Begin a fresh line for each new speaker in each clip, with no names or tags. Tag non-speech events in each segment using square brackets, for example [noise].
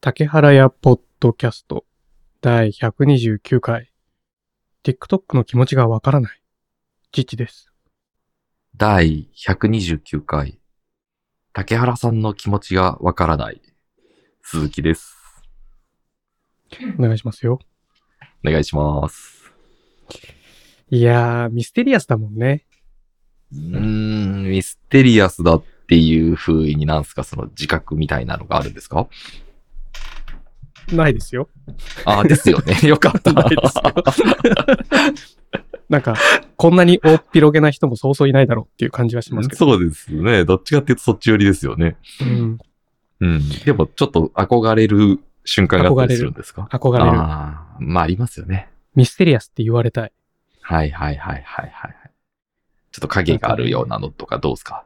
竹原屋ポッドキャスト第129回 TikTok の気持ちがわからない父です。
第129回。竹原さんの気持ちがわからない。鈴木です。
お願いしますよ。
お願いします。
いやー、ミステリアスだもんね。
うーん、ミステリアスだっていう風になんすか、その自覚みたいなのがあるんですか
ないですよ。
あー、ですよね。 [laughs] よかった。
ないですよなんか、こんなに大っ広げな人もそうそういないだろうっていう感じはしますけど。
そうですね。どっちかっていうとそっち寄りですよね。
うん、
うん。でもちょっと憧れる瞬間があったりするんですか
憧れる。
ああー、まあありますよね。
ミステリアスって言われたい。
はいはいはいはいはい。ちょっと影があるようなのとかどうですか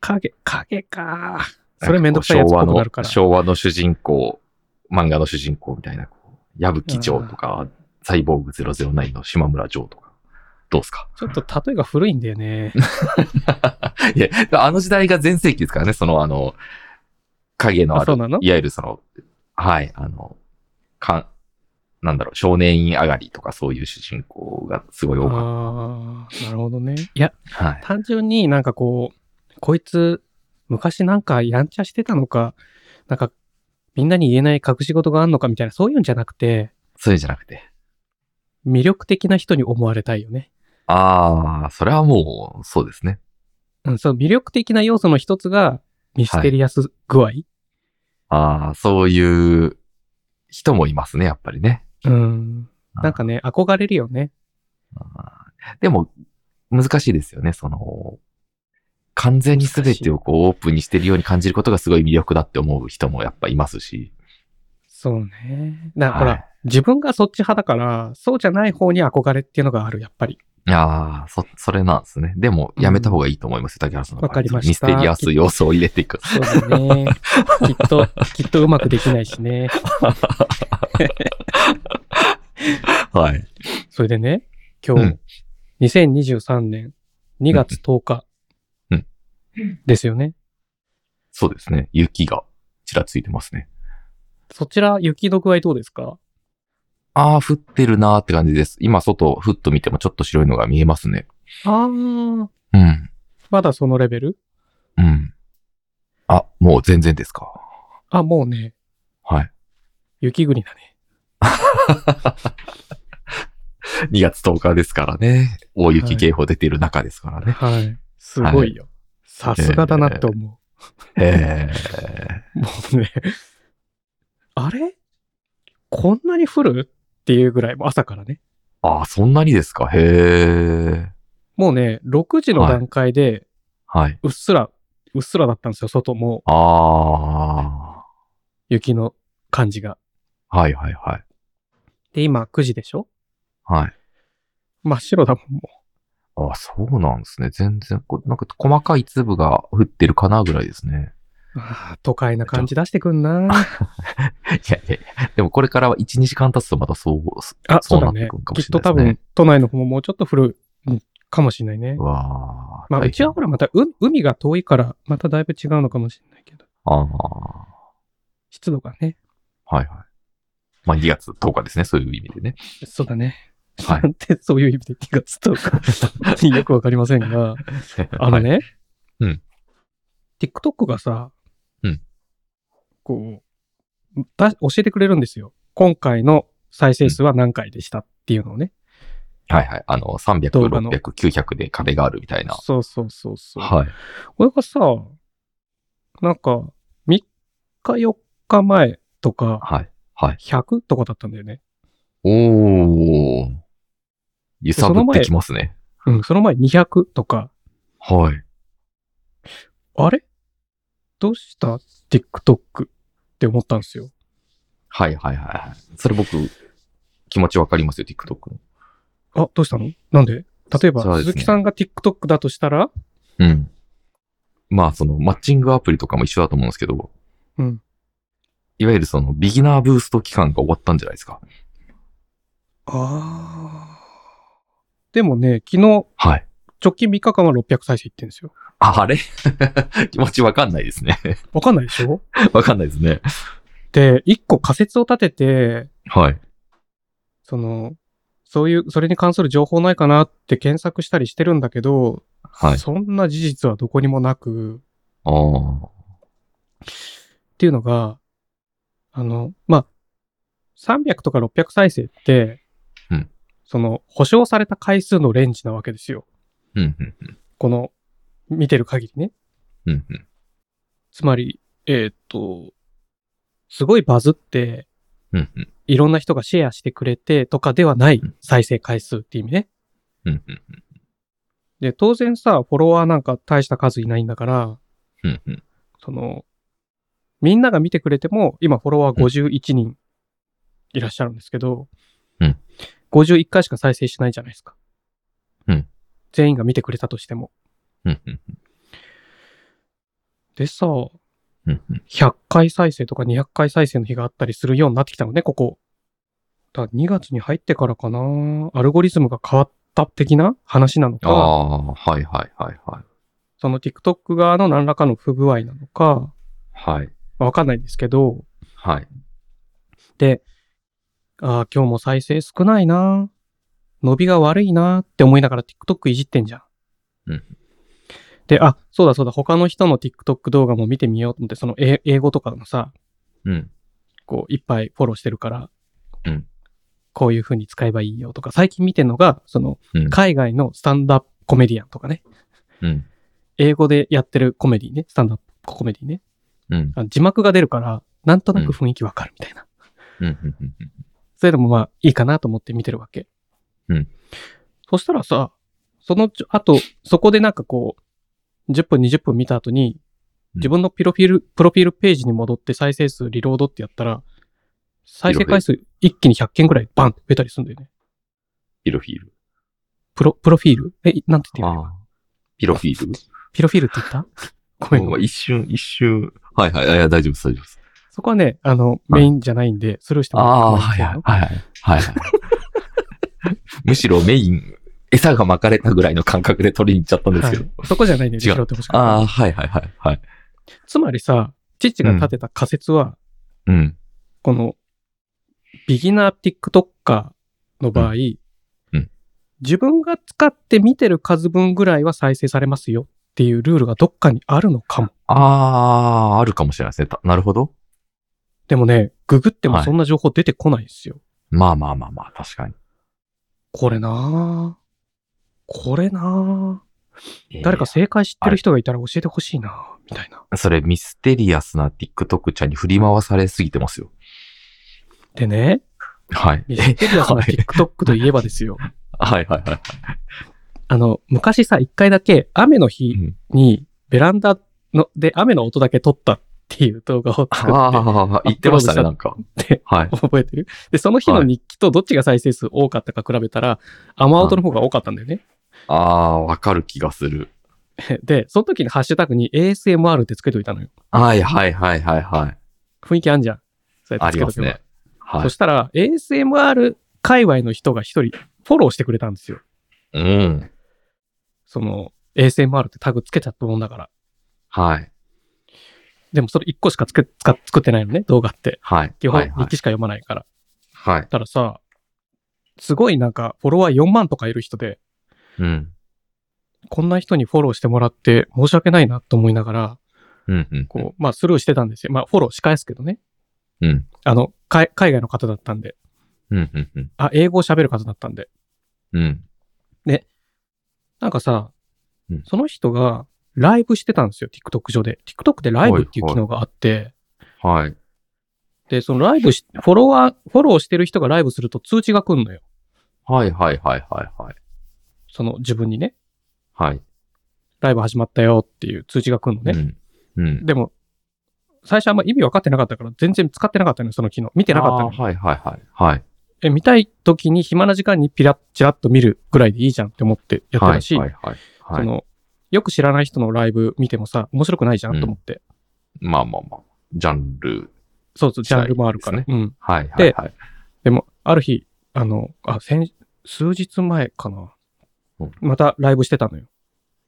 影、影かー。それめんどくさいやつっぽくなるから。
昭和の昭和の主人公、漫画の主人公みたいな、こう矢吹城とか、サイボーグ009の島村城とか、どうですか
ちょっと例えが古いんだよね。
いや、あの時代が全盛期ですからね、そのあの、影のあ
あ、
る、
そうなの
いわゆるその、はい、あの、かん、なんだろう、少年院上がりとかそういう主人公がすごい多かっ
ああ、なるほどね。いや、
た。はい。
単純になんかこう、こいつ、昔なんかやんちゃしてたのか、なんか、みんなに言えない隠し事があんのかみたいな、そういうんじゃなくて、
そういうんじゃなくて。
魅力的な人に思われたいよね。
ああ、それはもう、そうですね。
うん、その魅力的な要素の一つが、ミステリアス具合、
ああ、そういう人もいますね、やっぱりね。
うん。なんかね、憧れるよね。
あーでも、難しいですよね。その、完全に全てをこうオープンにしてるように感じることがすごい魅力だって思う人もやっぱいますし。
そうね。だから、
はい
ほら、自分がそっち派だから、そうじゃない方に憧れっていうのがある、やっぱり。
いやーそ、それなんですね。でも、やめた方がいいと思いますよ、竹原さんの場合
わかりました
ミステリアス要素を入れてい
[laughs]
く。
そうだ
[laughs]
ね。きっと、きっとうまくできないしね。
はい。
それでね、今
うん
日、2023年2月10日、
うん
ですよね。
そうですね。雪がちらついてますね。
そちら、雪の具合どうですか
あー、降ってるなーって感じです。今、外、ふっと見てもちょっと白いのが見えますね。
あー、
うん。
まだそのレベル
うん。あ、もう全然ですか。
あ、もうね、
はい。
雪国だね。
2月10日ですからね。大雪警報出ている中ですからね。
はい。すごいよ。さすがだなって思
え
う。もうね、 [laughs] あれこんなに降るっていうぐらい、もう朝からね。
ー、ああ、そんなにですかへえ。
もうね、6時の段階で、
はい。
うっすら、うっすらだったんですよ、外も
ああ。
雪の感じが。
はいはいはい。
で、今9時でしょ
はい。
真っ白だもん、もう。
ああ、そうなんですね。全然、こなんか細かい粒が降ってるかなぐらいですね。
ああ、都会な感じ出してくんな。
いやいやいや、でもこれからは1、2時間経つとまたそう、
あ、そ
そううな
だ
って
ね
くる。かも
きっ
しれ
と多
ないですね
分、都内の方ももうちょっと降るうんかもしれないね
う。わあ。
まあ、うちはほら、またう海が遠いから、まただいぶ違うのかもしれないけど、
ああ。
湿度がね。
はいはい。まあ2月10日ですね。そういう意味でね。
そうだね。
はい
なんてそういう意味で気がつと [laughs] か、よくわかりませんが、あの
はい。
ね、
うん。
TikTok がさ、
うん。
こう、だ教えてくれるんですよ。今回の再生数は何回でしたっていうのをね。
はいはい。あの、300、
動画の
600、900で壁があるみたいな。
そうそうそうそう。
はい。
俺がさ、なんか、3日4日前とか、
はい。はい。
100とかだったんだよね。
おー。揺さぶってきますね。
うん、その前200とか、
はい。
あれどうした ?TikTok って思ったんですよ。
はいはいはいはい。それ僕、気持ちわかりますよ、TikTok の。
あ、どうしたのなんで例えば、
そうですね
鈴木さんが TikTok だとしたら、
うん。まあ、その、マッチングアプリとかも一緒だと思うんですけど、
うん。
いわゆるその、ビギナーブースト期間が終わったんじゃないですか。
あー。でもね、昨日、
はい。
直近3日間は600再生いってんですよ。
ああれ [laughs] 気持ちわかんないですね。
わかんないでしょ
わかんないですね。
って、一個仮説を立てて、
はい。
その、そういう、それに関する情報ないかなって検索したりしてるんだけど、
はい。
そんな事実はどこにもなく、
ああ。
っていうのが、あの、まあ、300とか600再生って、
うん
その、保証された回数のレンジなわけですよ。
うん、うん、うん
この、見てる限りね。
うん、うん。
つまり、えーっと、すごいバズって、
うん、うん、
いろんな人がシェアしてくれてとかではない
うん
再生回数って意味ね。
うん、うん、
で、当然さ、フォロワーなんか大した数いないんだから、
うん、うん。
その、みんなが見てくれても、今フォロワー51人いらっしゃるんですけど、
うん
51回しか再生しないじゃないですか。
うん
全員が見てくれたとしても。
うん、うん、
でさ、
うん、うん。
100回再生とか200回再生の日があったりするようになってきたのね、ここ。だ2月に入ってからかな、アルゴリズムが変わった的な話なの
あ
か、
あ、はい、はい、はい、はい。
その TikTok 側の何らかの不具合なのか、
はい。
まあわかんないですけど、
はい。
で、ああ、今日も再生少ないな、伸びが悪いなって思いながら TikTok いじってんじゃん。
うん
で、あ、そうだそうだ、他の人の TikTok 動画も見てみようと思って、その英英語とかのさ、
うん。
こう、いっぱいフォローしてるから、
うん
こういう風に使えばいいよとか、最近見てるのが、その、
うん
海外のスタンダップコメディアンとかね、
うん。
英語でやってるコメディね、スタンダップコメディね、
うん。
あの字幕が出るから、なんとなく雰囲気わかるみたいな。
うん。うん。うん。
そういうのもまあいいかなと思って見てるわけ。
うん。
そしたらさ、そのちょ、あと、そこでなんかこう、10分20分見た後に、
うん
自分のプロフィール、プロフィールページに戻って再生数リロードってやったら、再生回数一気に100件ぐらいバンって増えたりするんだよね。
ピロフィール。
プロ、プロフィールえ、いなんて言ってる
ああ。ピロフィール
ピロフィールって言ったごめんごめん。
一瞬、一瞬。はいはい。あいや、大丈夫です、大丈夫です。
そこはね、あの、メインじゃないんで、スルーしてもらって
あ
も
あ、
いい
はい
です
は
か
い。はいはい。はいはい、むしろメイン、餌が巻かれたぐらいの感覚で取りに行っちゃったんですけど。
はいそこじゃないんで、
違
拾
う
ってほしか
あ
っ
あ、はいはいはい。はい。
た。つまりさ、父が立てた仮説は、
うん。
この、ビギナー TikToker の場合、
うん
自分が使って見てる数分ぐらいは再生されますよっていうルールがどっかにあるのかも。
ああ、あるかもしれないですね。たなるほど。
でもね、ググっても
はい
そんな情報出てこないですよ。
まあまあまあまあ、確かに。
これなぁ。これな
え
ぁ。
ー
誰か正解知ってる人がいたら教えてほしいなぁ、みたいな。
それミステリアスな TikTok ちゃんに振り回されすぎてますよ。
でね、
はい。
ミステリアスな TikTok といえばですよ。
[laughs] はいはいはい。
あの、昔さ、一回だけ雨の日にベランダので雨の音だけ撮ったっていう動画を作っ
ああ、言ってましたね、
[laughs]
なんか。
て、
はい。
覚えてるで、その日の日記とどっちが再生数多かったか比べたら、雨音の方が多かったんだよね。 [laughs]
ああ、わかる気がする。
で、その時にハッシュタグに ASMR ってつけておいたのよ。
はいはいはいはいはい。
雰囲気あんじゃん。そうや
あ
ってつけ
りま
と
す
けば
ね。は
そ
い。
したら、ASMR 界隈の人が一人フォローしてくれたんですよ。
うん。
その、ASMR ってタグつけちゃったもんだから。
はい。
でもそれ一個しかつけ、使っ作ってないのね、動画って。
はい。
基
は
本
いは
日
い
記しか読まないから。
はい。
たらさ、すごいなんかフォロワー4万とかいる人で、
うん。
こんな人にフォローしてもらって申し訳ないなと思いながら、
うんうん。
こう、まあスルーしてたんですよ。まあフォローし返すけどね。
うん。
あの、海海外の方だったんで、
うんうんうん。
あ、英語を喋る方だったんで。
うん。
なんかさ
うん、
その人がライブしてたんですよ、TikTok 上で。TikTok でライブっていう機能があって、
はい。
で、そのライブし、フォロワー、フォローしてる人がライブすると通知が来るのよ。
はいはいはいはいはい。
その自分にね、
はい。
ライブ始まったよっていう通知が来るのね。
うん。うん。
でも、最初あんま意味分かってなかったから、全然使ってなかったのよ、その機能。見てなかった
あ
の
ー
よ。
はいはいはい。はい。
え、見たい時に暇な時間にピラッ、チラッと見るぐらいでいいじゃんって思ってやってたし、
はいはいは
そ
い。はい。
の、よく知らない人のライブ見てもさ、面白くないじゃんと思って。
まあまあまあ。ジャンル。
そうそう、ジャンルもあるから。
そう
うん。
はいはいはい。
でも、ある日、あの、あ、先、数日前かな
うん。
またライブしてたのよ。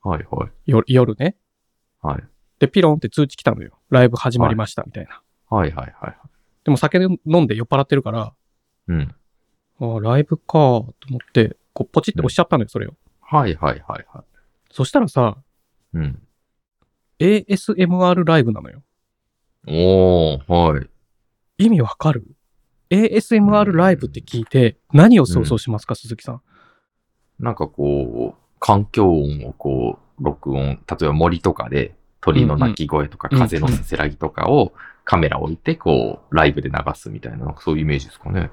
はいはい。
夜夜ね。
はい。
で、ピロンって通知来たのよ。ライブ始まりました、みたいな。
はいはいはいはい。
でも酒飲んで酔っ払ってるから、
うん。
ああ、ライブか、と思って、こう、ポチって押しちゃったのよ、それを。
はいはいはいは
そしたらさ、
い。うん。
ASMR ライブなのよ。
おー、はい。
意味わかる ?ASMR ライブって聞いて、何を想像しますか、鈴木さん。
なんかこう、環境音をこう、録音、例えば森とかで、鳥の鳴き声とか、
うんうん
風のせせらぎとかをカメラ置いて、こう、ライブで流すみたいな、なんかそういうイメージですかね。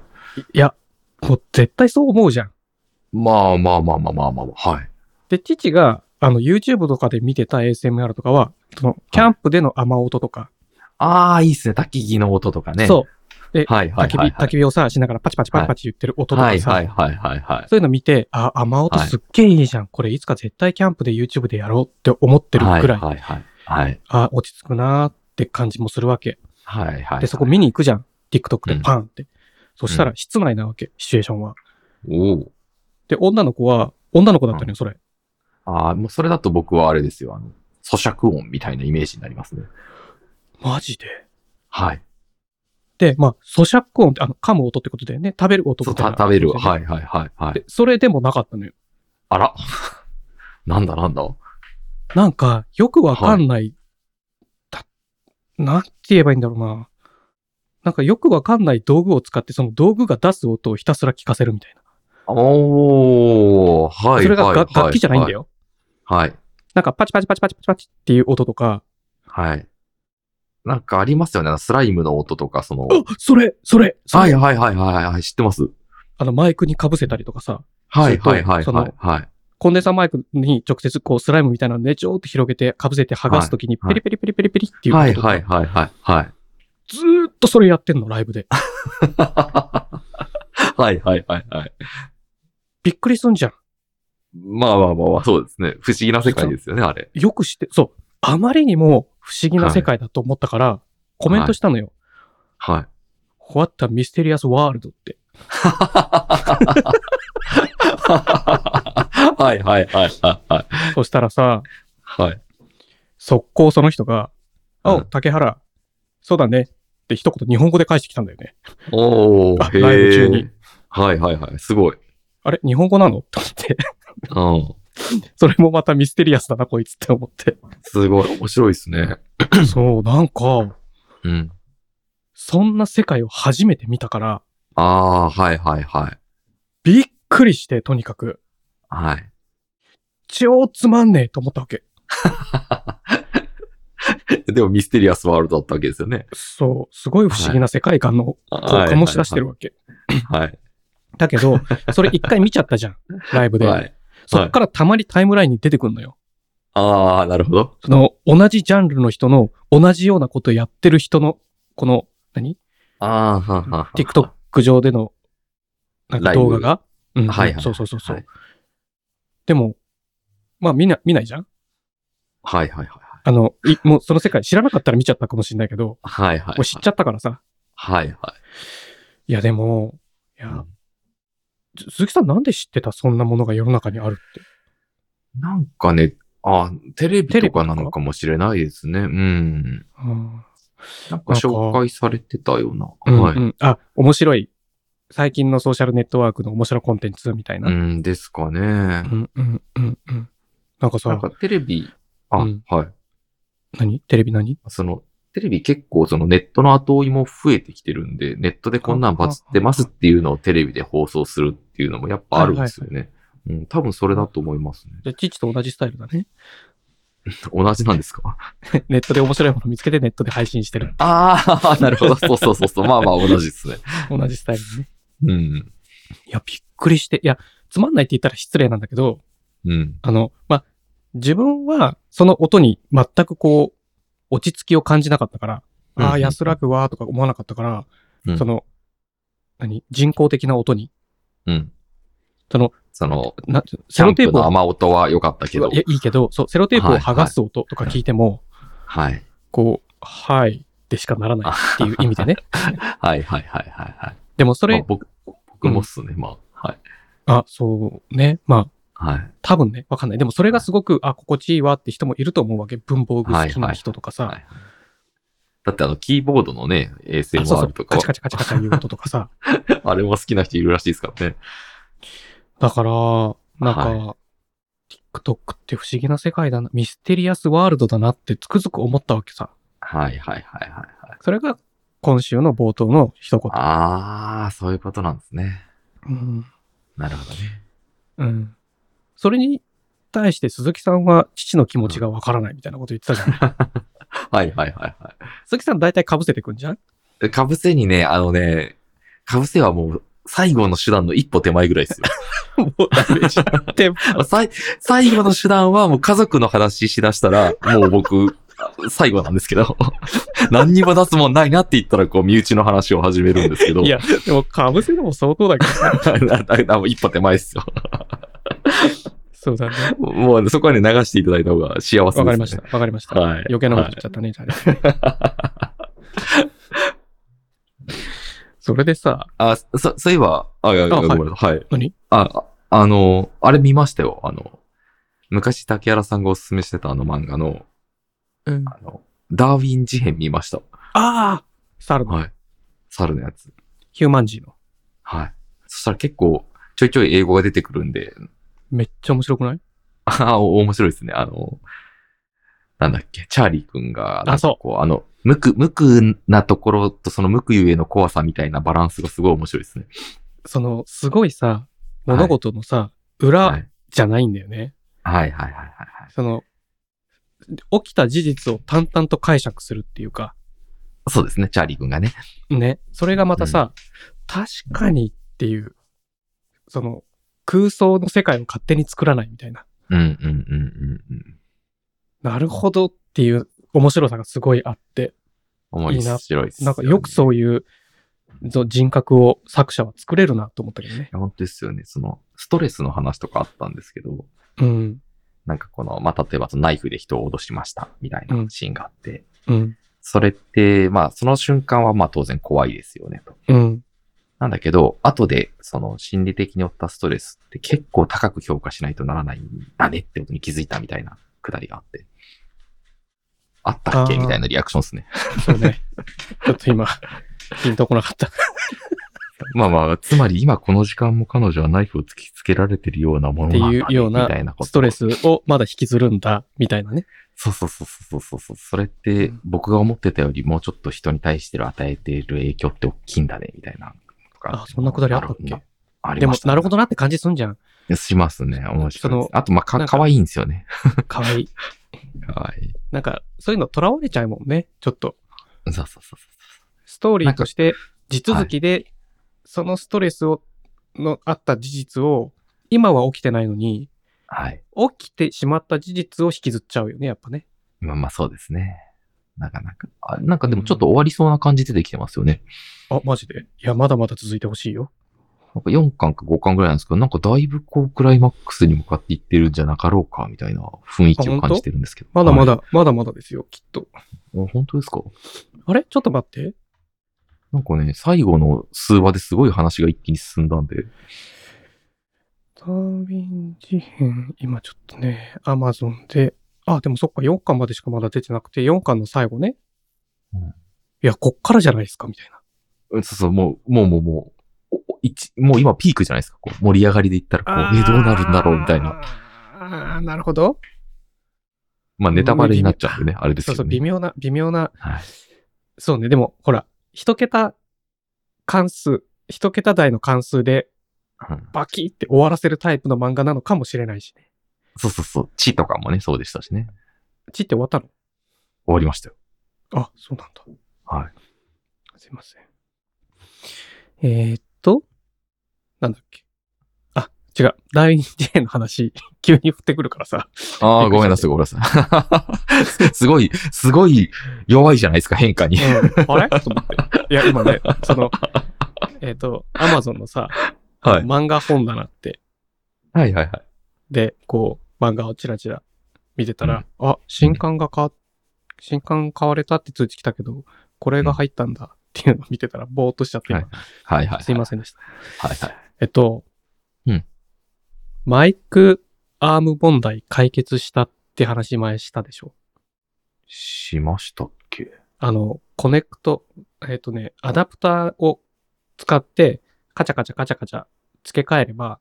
いや、もう絶対そう思うじゃん。
まあまあまあまあまあまあまあ、はい。
で、父が、あの、YouTube とかで見てた ASMR とかは、その、キャンプでの雨音とか、
ああ、いいっすね。焚き木の音とかね。
そう、
うはいは
焚
い
き火、
はい、は
焚
い。
き火をさ、しながらパチパチパチパチ言ってる音と
は
か
い
さ、
はいはいはいはい。
そういうの見て、あ、雨音すっげえいいじゃん。これいつか絶対キャンプで YouTube でやろうって思ってるくらい、
はいはいはい。
あ、落ち着くなーって感じもするわけ。
はいはい、はい。
で、そこ見に行くじゃん。TikTok でパンって。そしたら室内なわけ、シチュエーションは。
おお。
で、女の子は、女の子だったのよ、それ。
ああ、もうそれだと僕はあれですよ。あの、咀嚼音みたいなイメージになりますね。
マジで
はい。
で、まあ、咀嚼音って、あの、噛む音ってことだよね。食べる音
そう
みたい
た
な。
食べる。
い。
はいはいはいはい。
それでもなかったのよ。
あら。 [laughs] なんだなんだ
なんか、よくわかんない、た、なんて言えばいいんだろうな。なんかよくわかんない道具を使って、その道具が出す音をひたすら聞かせるみたいな。
おおはいはいはい。
それがが楽器じゃないんだよ。
はい。
なんかパチパチパチパチパチパチっていう音とか、
はい。はい。なんかありますよね。あのスライムの音とか、その。
あそれそれそれ、
はいはいはいはいはい。知ってます。
あのマイクにかぶせたりとかさ、
はいはいはい
その
はい。はい。
コンデンサーマイクに直接こうスライムみたいなのね、ちょーっと広げてかぶせて剥がすときに
は
ペ
い
リペリペリペリペリっていう
は
音
い
とか
はいはいはいはい。 [laughs]
ずーっとそれやってんの、ライブで。
はいはいはいはい。
びっくりすんじゃん。
まあまあまあまあ、そうですね。不思議な世界ですよね、あれ。
よくして、そう、あまりにも不思議な世界だと思ったから、コメントしたのよ。
はい。
What a mysterious world って。 [laughs]
はいはいはいはいはい。
そしたらさ、
はい。
速攻その人が、
うん
おう、竹原、そうだね。って一言日本語で返してきたんだよね。
お
あ
ー、へー
ライブ中に。
はいはいはい。すごい。
あれ日本語なのと思って。 [laughs]
うん。
それもまたミステリアスだな、こいつって思って。
すごい。面白いですね。
そう、なんか、
うん。
そんな世界を初めて見たから、
ああー、はいはいはい。
びっくりして、とにかく。
はい。
超つまんねえと思ったわけ。
でもミステリアスワールドだったわけですよね。
そう、すごい不思議な世界観の、こう、醸し出してるわけ。
はい。
だけど、それ一回見ちゃったじゃん、ライブで。
はい。
そっからたまにタイムラインに出てくんのよ。
ああ、なるほど。
その、同じジャンルの人の、同じようなことやってる人の、この、何
ああ、はんはんはん。
?TikTok 上での、なんか
ライブ
動画が。うん、
はいはい
そうそうそうそう、
はい
でも、まあ見な、見ないじゃん
はいはいはい。
あの、いもうその世界知らなかったら見ちゃったかもしれないけど、
はいはい
もう。知っちゃったからさ。
はいはい。
いやでも、いうや
ん、
す鈴木さんなんで知ってたそんなものが世の中にあるって。
なんかね、あテレビ
テレ
と
ビと
か
か
なのかもしれないですね。うん。
うん
なんか紹介されてたような。
うん
はい。
うんあ、面白い。最近のソーシャルネットワークの面白いコンテンツみたいな。
うんですかね。な
うんうんうんうん。なんかさ、
んかテレビ、あ、
うん
はい。
何テレビ何
その、テレビ結構そのネットの後追いも増えてきてるんで、ネットでこんなんバズってますっていうのをテレビで放送するっていうのもやっぱあるんですよね。うん、多分それだと思いますね。
じゃあ、父と同じスタイルだね。 [laughs]
同じなんですか
ネットで面白いもの見つけてネットで配信してる。
[laughs] ああ、なるほど。そうそうそうそう。まあまあ同じですね。
同じスタイルだね。
うん。
いや、びっくりして。いや、つまんないって言ったら失礼なんだけど、
うん。
あの、まあ、自分はその音に全くこう、落ち着きを感じなかったから、
うん
ああ、安らぐわーとか思わなかったから、
うん
その、何人工的な音に。
うん。
その、
その、
な
キ
セ
ャ
ロ
ン
テー
プ
プを
の雨音は良かったけど
い。や、いいけど、そう、セロテープを剥がす音とか聞いても、
はい。
こう、はい、でしかならないっていう意味でね。
はいはいはいはいはい。
でもそ
それ、
れ
まあ、、僕、僕もっすね、まあ。はい。
あ、そうね。まあ、
はい。
多分ね、わかんない。でもそれがすごく、あ、心地いいわって人もいると思うわけ。文房具好きな人とかさ。
はい。だってあの、キーボードのね、
あそうそう
ASMR とか
カ
は
チカチカチカチいう音とかさ。
[laughs] あれも好きな人いるらしいですからね。
だから、なんか、
は
TikTok って不思議な世界だな、ミステリアスワールドだなってつくづく思ったわけさ。
はいはいはいはい。はい
それが今週の冒頭の一言。
ああ、そういうことなんですね。
うん。
なるほどね。
うん。それに対して鈴木さんは父の気持ちがわからないみたいなこと言ってたじゃん。
はいはいはいはい。
[laughs] 鈴木さん大体被せてくんじゃん
でかぶせにね、あのね、かぶせはもう最後の手段の一歩手前ぐらいですよ。
[laughs] もうダメじゃん。で、
[laughs] 最最後の手段はもう家族の話しだしたら、もう僕、最後なんですけど、 [laughs] 何にも出すもんないなって言ったら、こう、身内の話を始めるんですけど、 [laughs]
いや、でも被せるのも相当だけど。
なななもう一歩手前ですよ。
[laughs] そうだね。
もうそこはね、流していただいた方が幸せです、ね。
わかりました。。わかりました。
はい
余計なこと言っちゃったね、じゃあね。 [laughs] それでさ、
あ、そ、そういえば、あ、あ
はい
ごめんなさい。はい。
何
あ、ああの、あれ見ましたよ。あの、昔竹原さんがおすすめしてたあの漫画の、
うん。
あの、ダーウィン事変見ました。
ああ猿の、
はい。猿のやつ。
ヒューマンジーの。
はい。そしたら結構、ちょいちょい英語が出てくるんで、 [laughs]
めっちゃ面白くない
ああ、お面白いですね。あの、なんだっけ、チャーリーくんが、なんか
あそう
こう、あの、無垢、無垢なところとその無垢ゆえの怖さみたいなバランスがすごい面白いですね。
その、すごいさ、物事のさ、
は
裏
い。
じゃないんだよね。
はいはいはいはいはい。
その、起きた事実を淡々と解釈するっていうか、
そうですね、チャーリーくんがね。
ね。それがまたさ、確かにっていう、その、空想の世界を勝手に作らないみたいな。
うんうんうんうんうん。
なるほどっていう面白さがすごいあって、
面白いですね
なんかよくそういうぞ人格を作者は作れるなと思ったけどね
い。や本当ですよね。その、ストレスの話とかあったんですけど、
うん。
なんかこの、まあ、例えばそのナイフで人を脅しました、みたいな
うん
シーンがあって、
うん。
それって、まあ、その瞬間はまあ当然怖いですよね、と。
うん。
なんだけど、後で、その心理的に負ったストレスって結構高く評価しないとならないんだねってことに気づいたみたいなくだりがあって。あったっけ
あー
みたいなリアクションですね。 [laughs]
そうね。 [laughs] ちょっと今、ピンとこなかった。
まあまあ、つまり今この時間も彼女はナイフを突きつけられてるようなものなんだね
っていうような
みたいなこと。
ストレスをまだ引きずるんだ、みたいなね。
そうそうそうそうそうそう。それって僕が思ってたよりもうちょっと人に対してる与えている影響って大きいんだね、みたいな。
あそんなくだりあったっけ
なるあり
で
ま
も
し、たね、
なるほどなって感じすんじゃん。
ど。しますね。面白いで
その
す。あと、まあ、
な
か、
んか
可愛いんですよね。
かわい [laughs] い。
可愛い
なんか、そういうの囚われちゃうもんね。ちょっと。
そうそうそうそう。
ストーリーとして、地続きで、そのストレスを、のあった事実を、今は起きてないのに、
はい。
起きてしまった事実を引きずっちゃうよね、やっぱね。
まあまあそうですね。なかなか。あなんかでもちょっと終わりそうな感じ出てきてますよね。
あ、マジでいや、まだまだ続いてほしいよ。
なんか4巻か5巻ぐらいなんですけど、なんかだいぶこうクライマックスに向かっていってるんじゃなかろうか、みたいな雰囲気を感じてるんですけど。
まだまだ、
はい。
まだまだですよ、きっと。
あ本当ですか
あれちょっと待って。
なんかね、最後の数話ですごい話が一気に進んだんで。
ダーウィン事変、今ちょっとね、アマゾンで、あ、でもそっか、4巻までしかまだ出てなくて、4巻の最後ね。
うん
いや、こっからじゃないですか、みたいな。
うんそうそう、もう、もうもうもう、おお一もう今ピークじゃないですか。こう盛り上がりで言ったら、こう、え、どうなるんだろうみたいな。。
あーなるほど。
まあネタバレになっちゃうんでね、あれです
そ
け
うそ
ど
う、
ね
微。妙な、微妙な、
はい
そうね、でも、ほら、一桁関数、一桁台の関数で、
うん
バキって終わらせるタイプの漫画なのかもしれないしね。
そうそうそう。地とかもね、そうでしたしね。
チって終わったの
終わりましたよ。
あ、そうなんだ。
はい。
すいません。えー、っと、なんだっけ。あ、違う。ダーウィン事変の話、 [laughs] 急に振ってくるからさ。
ああ、
び
ご
っく
めん
り
な
し
さい、ごめんなさい。 [laughs] すごい、すごい弱いじゃないですか、変化に。
あれと思って。いや、今ね、その、えーっと、アマゾンのさ、
はい
漫画本棚って、
はいはいはい。
で、こう、漫画をチラチラ見てたら、あ、新刊が変わ、新刊買われたって通知来たけど、これが入ったんだっていうのを見てたら、ぼーっとしちゃって、今
はいはい。
すいま
せ
せんでした。
ん。はいはい。
えっと、
うん
マイクアーム問題解決したって話前したでしょ
しましたっけ
あの、コネクト、えっ、とね、アダプターを使って、カチャカチャカチャカチャ付け替えれば、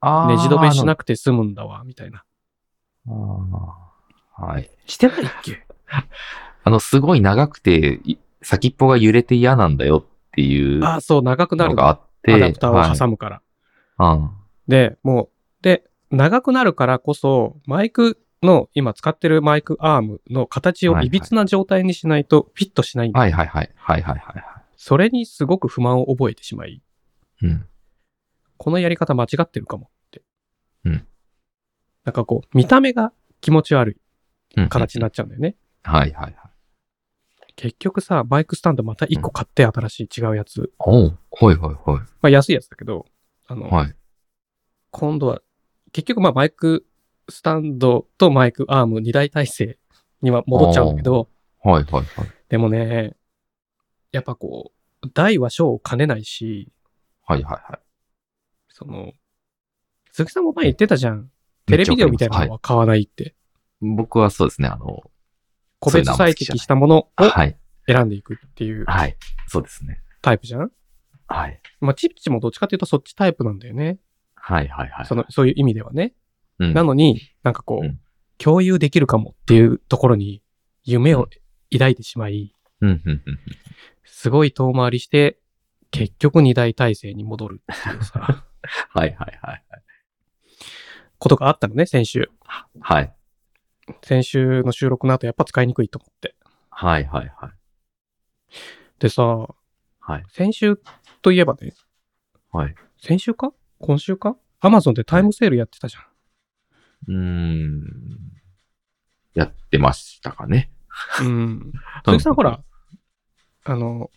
あ
ネジ止めしな
く
くて済むんだわ、みたいな。
はい。
してないっけ
あの、すごい長くて、い先っぽが揺れて嫌なんだよってい
[laughs] あ
うの
あ、そう、長くなる。
が
ア
あって、
ダプターを挟
む。
むから。
はい
で、もう、で、長くなるからこそ、マイクの、今使ってるマイクアームの形を
はいはい
いびつな状態にしないとフィットしないん
うん
だ、
はいはいはい。はいはいはいは
それにすごく不満を覚えてしまい、
い。うん。
このやり方間違ってるかもって。
うん。
なんかこう、見た目が気持ち悪
うん
い形になっちゃうんだよね。
はいはいはい。
結局さ、マイクスタンドまた1個買って新しい違うやつ。
おうはいはいは
まあ安いやつだけど、あの、
い。はい。
今度は、結局まあマイクスタンドとマイクアーム2大体制には戻っちゃうんだけど、
はいはいはい。
でもね、やっぱこう、大は小を兼ねないし、
はいはいはい。
その、鈴木さんも前言ってたじゃん。テレビデオみたいな
めっちゃわかります
のは買わないって。
はい。僕はそうですね、あの、
個
そういう
別
のあんま
最
好きじゃない
適したものを
はい。
選んでいくっていう
はい。そうですね。
タイプじゃん
はい。
まあ、チッチもどっちかっていうとそっちタイプなんだよね。
はいはいはい。
その、そういう意味ではね。
うん、
なのに、なんかこ
う、
うん共有できるかもっていうところに夢を抱いてしまい、
うんうんうん。
すごい遠回りして、結局二大体制に戻るっていう
[laughs]
さ、
はいはいはい。
ことがあったのね、先週。
はい。
先週の収録の後やっぱ使いにくいと思って。
はいはいはい。
でさ、
はい。
先週といえばね、
はい。
先週か今週かアマゾンでタイムセールやってたじゃん。
うーん。やってましたかね。
うん。鈴木さんほら、あの、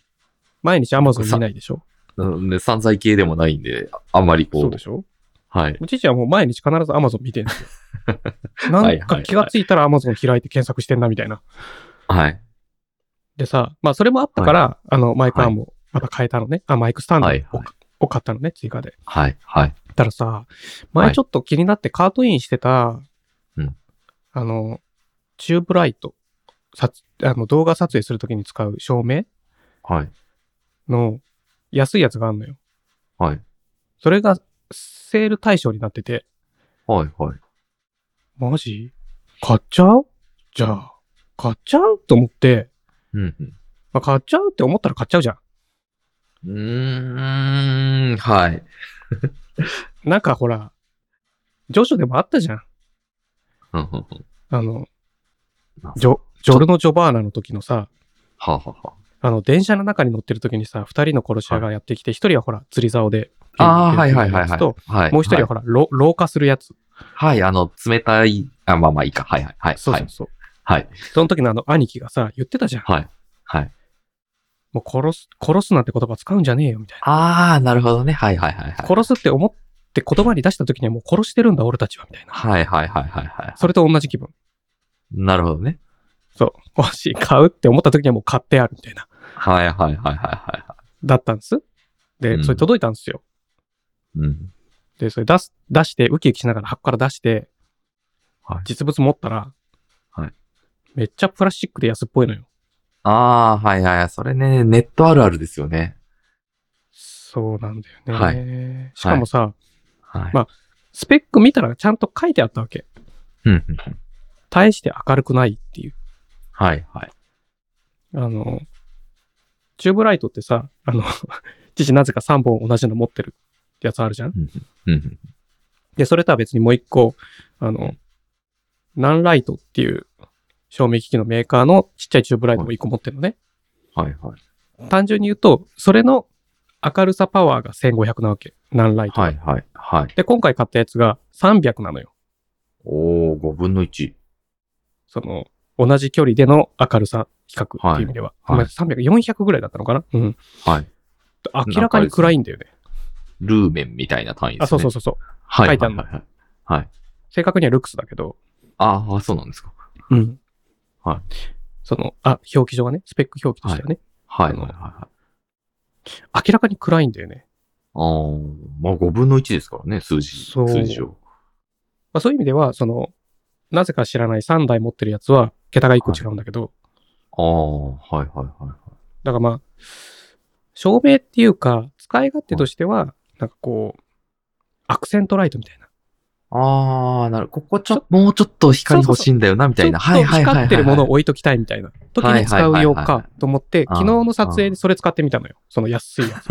毎日アマゾン見ないでしょ
うん。で、散財系でもないんで、ああんまりこう。
そうでしょ
はい。
うちじはもう毎日必ずアマゾン見てるんですよ。
[laughs] い
な
はい
んか気がついたらアマゾン開いて検索してんなみたいな。
はい。
でさ、まあそれもあったから、あの、マイクアームをまた変えたのね。あ、マイクスタンドを,、
はいはい
を買ったのね、追加で。
はい。はい。
たらさ、
は
前
い
ちょっと気になってカートインしてた、
うん
あの、チューブライト、撮あの動画撮影するときに使う照明
はい。
の安いやつがあるのよ。
はい。
それがセール対象になってて、
はい。はい。
マジ買っちゃうじゃあ、買っちゃうと思って、
うんうん。
まあ、買っちゃうって思ったら買っちゃうじゃ
うーん。はい。
ん。なんかほら、上書でもあったじゃん。
うんうんうん
あの、
なんすか
ジョ、ジョルノ・ジョバーナの時のさ、
はあはあは
あの、電車の中に乗ってる時にさ、二人の殺し屋がやってきて、一人はほら、釣り竿で。
あ。ああー、
ピ
は
ュ
い
ンピュン
はい
ピュンピュンピュンや
はいは
つ
い。
と、
はい。
もう一人はほら、ろ老化するやつ。
はい。あの、冷たい、あ、まあまあいいか。はいはいはい。
そう
は
そう
い。
そう。
はい。
その時のあの、兄貴がさ、言ってたじゃん。
はい。はい。
もう殺す、殺すなんて言葉使うんじゃねえよ、みたい
ああ、なるほどね。はいはいはい
な。
はい。
殺すって思って言葉に出した時にはもう殺してるんだ、俺たちは、みたいな。
はいはいはいはいはい。
それと同じ気分。
なるほどね。
そう。もし買うって思った時にはもう買ってある、みたいな。
はいはいはいはいはいは
だったんです。で、
うん
それ届いたんですよ。
い。うん。
で、それ出す、出して、ウキウキしながら箱から出して、
はい
実物持ったら、
はい
めっちゃプラスチックで安っぽいのよ。
ああ、はいはいはい。それね、ネットあるあるですよね。
そうなんだよね。
は
しかもさ、
はい。
まあスペック見たらちゃんと書いてあったわけ。
うんうんうん。
大して明るくないっていう。
はいはい。
あの、チューブライトってさ、あの、 [laughs] 父なぜか3本同じの持ってるやつあるじゃん
うんうん。
で、それとは別にもう一個、あの、ナンライトっていう照明機器のメーカーのちっちゃいチューブライトも一個持ってるのね。
はいはい。
単純に言うと、それの明るさパワーが1500なわけ。ナンライト。
はいはいはい。
で、今回買ったやつが300なのよ。
おお5分の1。
その、同じ距離での明るさ比較っていう意味では。
はいは
ま
い
あ300、400ぐらいだったのかなうん。
はい。
明らかに暗いんだよね。
ルーメンみたいな単位で
あ、
す
そ
ね。
うそう
そう。
そうそう。
はい。
書いてあるの
はいはい。はい。
正確にはルクスだけど。
ああ、そうなんですか。
うん。
はい。
その、あ、表記上はね、スペック表記としてはね、
はい
あ
はい
の
はいはい。
明らかに暗いんだよね。
ああ、まあ5分の1ですからね、数字。
そう
数字を。
まあ、そういう意味では、その、なぜか知らない3台持ってるやつは、桁が1個違うんだけど、
ああ、はいはいはいはい。
だからまあ、照明っていうか、使い勝手としては、なんかこう、アクセントライトみたいな。
ああ、なる。ここちょっと、もうちょっと光欲しいんだよな、みたいな。
ちょっ
は
と
いはいはいは
光
い。
ってるものを置いときたいみたいな。時に使う用
はいはいはい
かと思って、
あー
昨日の撮影でそれ使ってみたのよ。その安いや
[laughs]
つ。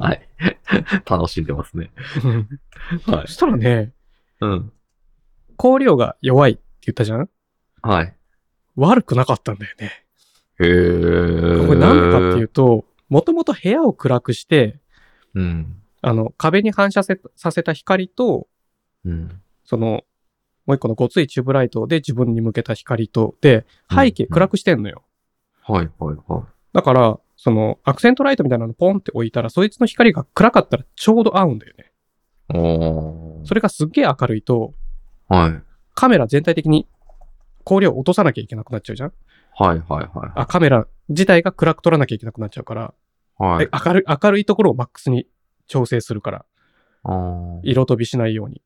はい。 [laughs] 楽しんでますね。
うん
は
そし。たらね、
うん。
光量が弱いって言ったじゃん
はい。
悪くなかったんだよね。
へえ。。
これなんでかっていううと、もともと部屋を暗くして、
うん。
あの、壁に反射せさせた光と、
うん。
その、もう一個のごついチューブライトで自分に向けた光と、で、背景
うんうん
暗くしてんのよ。
はいはいはい。
だから、その、アクセントライトみたいなのポンって置いたら、そいつの光が暗かったらちょうど合うんだよね。
おー
それがすっげえ明るいと、
はい。
カメラ全体的に光量を落とさなきゃいけなくなっちゃうじゃん
はいはいは
あ、カメラ自体が暗く撮らなきゃいけなくなっちゃうから、
い。はい。
え明るい、明るいところをマックスに調整するから、
あー
色飛びしないように。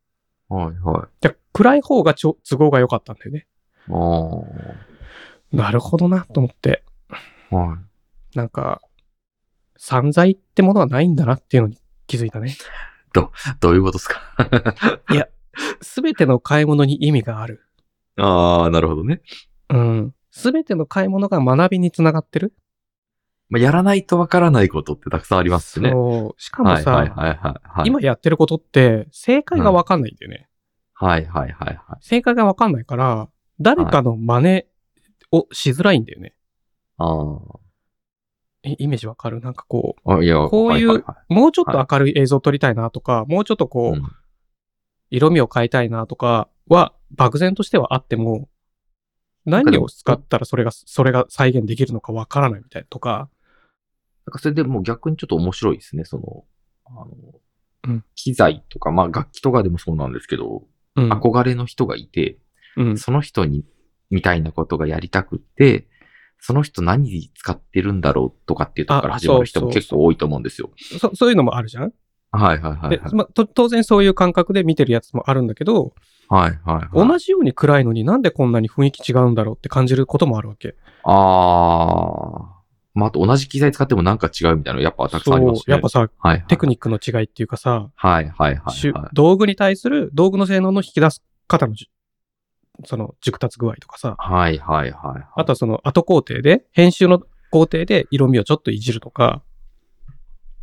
はいはい。
じゃあ暗い方がちょ都合が良かったんだよね。
あー
なるほどなと思って、
はい。
なんか、散財ってものはないんだなっていうのに気づいたね。
どういうことですか [laughs]
すべての買い物に意味がある。
ああ、なるほどね。
うん。すべての買い物が学びにつながってる。
まあ、やらないとわからないことってたくさんありますしね。
そう。しかも
はい
さ、
はいはいはいはい。
今やってることって正解がわかんないんだよね。
はいはいはいはい。
正解がわかんないから、誰かの真似をしづらいんだよね。
あ
えイメージわかるなんかこ
あ。あいや、
こういう
はいは
う、もうちょっと明るい映像を撮りたいなとか、もうちょっとこう、
いはいうん
色味を変えたいなとかは、漠然としてはあっても、
んか
何
でも
を使ったらそれが、それが再現できるのかわからないみたいなとか、
なんかそれでもう逆にちょっと面白いですね、その、あの、
うん
機材とか、まあ楽器とかでもそうなんですけど、
うん。
憧れの人がいて、
うん。
その人に、みたいなことがやりたくって、その人何に使ってるんだろうとかっていうところから
あ
始まる人も
そうそうそう
結構多いと思うんですよ。
そそういうのもあるじゃん、
はいはいはいはい
で。まあと当然そういう感覚で見てるやつもあるんだけど、
はいはいはい。
同じように暗いのになんでこんなに雰囲気違うんだろうって感じることもあるわけ。
ああ。まあ、あと同じ機材使ってもなんか違うみたいなのやっぱたくさんありますしね。
やっぱさ、
はいはい、
テクニックの違いっていうかさ、
はいはいは
し
い、
ゅ
はい。
道具に対する道具の性能の引き出す方のじその熟達具合とかさ、
はいはいはい。
あとはその後工程で、編集の工程で色味をちょっといじるとか、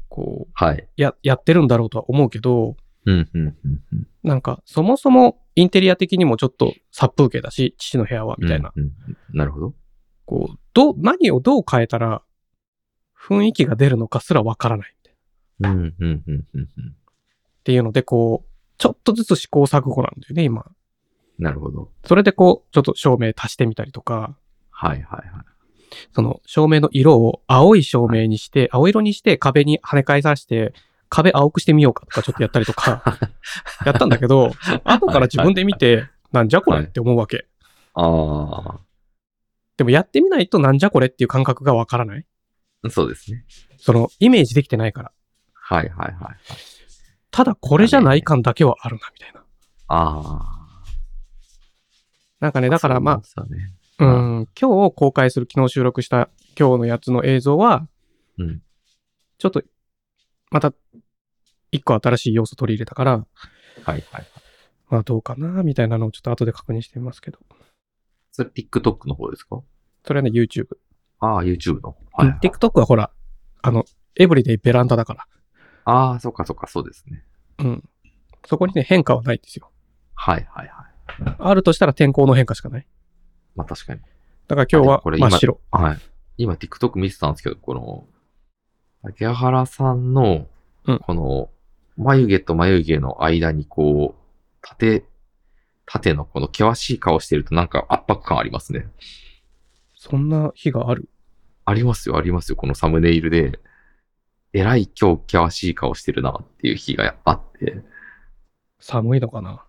こう、
はい。
や、やってるんだろうとは思うけど、
うんうんうんうん。
なんか、そもそもインテリア的にもちょっと殺風景だし、父の部屋は、みたいな。
うんうんなるほど。
こう、どう、何をどう変えたら、雰囲気が出るのかすらわからないみたいな。
うんうんうんうんうん。
っていうので、こう、ちょっとずつ試行錯誤なんだよね、今。
なるほど。
それでこう、ちょっと照明足してみたりとか、
はいはいはい。
その照明の色を青い照明にして、青色にして壁に跳ね返させて、壁青くしてみようかとかちょっとやったりとか、
[laughs]
やったんだけど、後から自分で見て、なんじゃこれって思うわけ。
あ
でもやってみないとなんじゃこれっていう感覚がわからない。
あ。そうですね。
そのイメージできてないから。
はいはいはい。
ただこれじゃない感だけはあるな、みたいな。
あ
なんかね、
あ。
だからま
そうね。
あ、う、
なん
今日公開する、昨日収録した今日のやつの映像は、
うん。
ちょっと、また、一個新しい要素取り入れたから、
はいはい。
まあどうかな、みたいなのをちょっと後で確認してみますけど。
それ TikTok の方ですか
それはね、YouTube。
ああ、YouTube の。はい、はい。
TikTok はほら、あの、エブリデイベランダだか
ああ、そっかそっか、そうですね。
ら。うん。そこにね、変化はないんですよ。
はいはいはい。
あるとしたら天候の変化しかない。
まあ確かに。
だから今日は
あでもこれ
真
今
っ白。
はい。今 TikTok 見てたんですけど、この、竹原さんの
うん、
この、眉毛と眉毛の間にこう、縦、縦のこの険しい顔してるとなんか圧迫感ありますね。
そんな日がある。
ありますよ、ありますよ。このサムネイルで、えらい今日険しい顔してるなっていう日があって、
寒いのかな。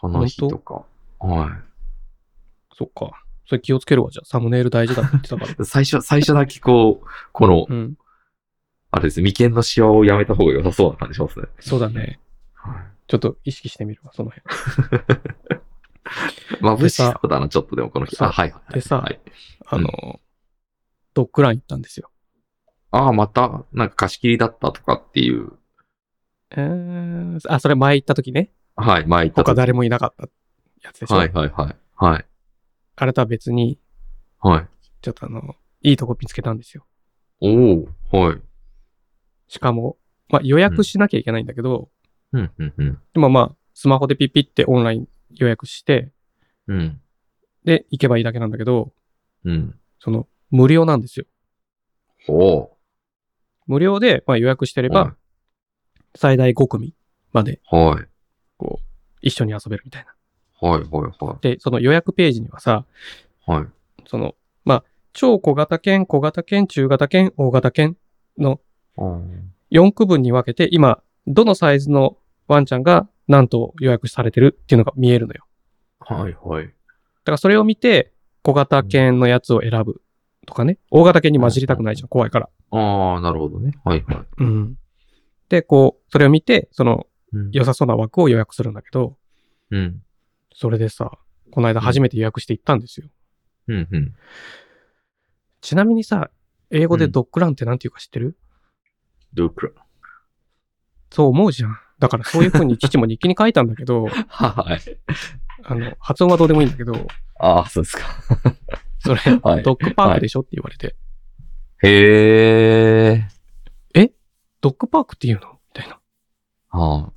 この日とか。は
そっか。それ気をつけるわ、じゃあ。サムネイル大事だって言ってた
[laughs]
から。
い。最初、最初だけこう、この、
うん。
あれですね、眉間のシワをやめた方が良さそうな感じしますね。
そうだね。
はい
ちょっと意識してみるわ、その辺。
眩しそうだな、ちょっとでもこの人。
そう
あ、はいはいはい。
でさ
はい
あの、ドッグラン行ったんですよ。
ああ、また、なんか貸し切りだったとかっていう。
えー、あ、それ前行った時ね。
はい、前行った
他
時。
誰もいなかったやつでしょ。
はいはいはい。はい。
あれとは別に、
はい。
ちょっとあの、いいとこ見つけたんですよ。
おおはい。
しかも、まあ予約しなきゃいけないんだけど、
うん、うん、うん。
でもまあ、スマホでピッピってオンライン予約して、
うん、
で、行けばいいだけなんだけど、
うん。
その、無料なんですよ。
おー
無料で、まあ、予約してれば、最大5組まで
はい。
一緒に遊べるみたいな。
はい、はい、は
で、その予約ページにはさ、
い。はい。
その、まあ、超小型犬、小型犬、中型犬、大型犬の
あー
4区分に分けて、今、どのサイズのワンちゃんが何頭予約されてるっていうのが見えるのよ。
はい、はい。
だからそれを見て、小型犬のやつを選ぶとかね。大型犬に混じりたくないじゃん、怖いから。
ああ、なるほどね。はい、はい。
うん。で、こう、それを見て、その、
うん
良さそうな枠を予約するんだけど、
うん。
それでさ、この間初めて予約して行ったんですよ。
うん、うん。
ちなみにさ、英語でドッグランってなんていうか知ってる、
ドゥクラ。 [laughs]
そう思うじゃん。だからそういう風に父も日記に書いたんだけ [laughs] ど、
はい。
あの、発音はどうでもいいんだけど、
ああ、そうですか。
それ、
はい
ドッグパークでしょって言われて、
へえ。
ドッグパークっていうのみたいな。
はあ。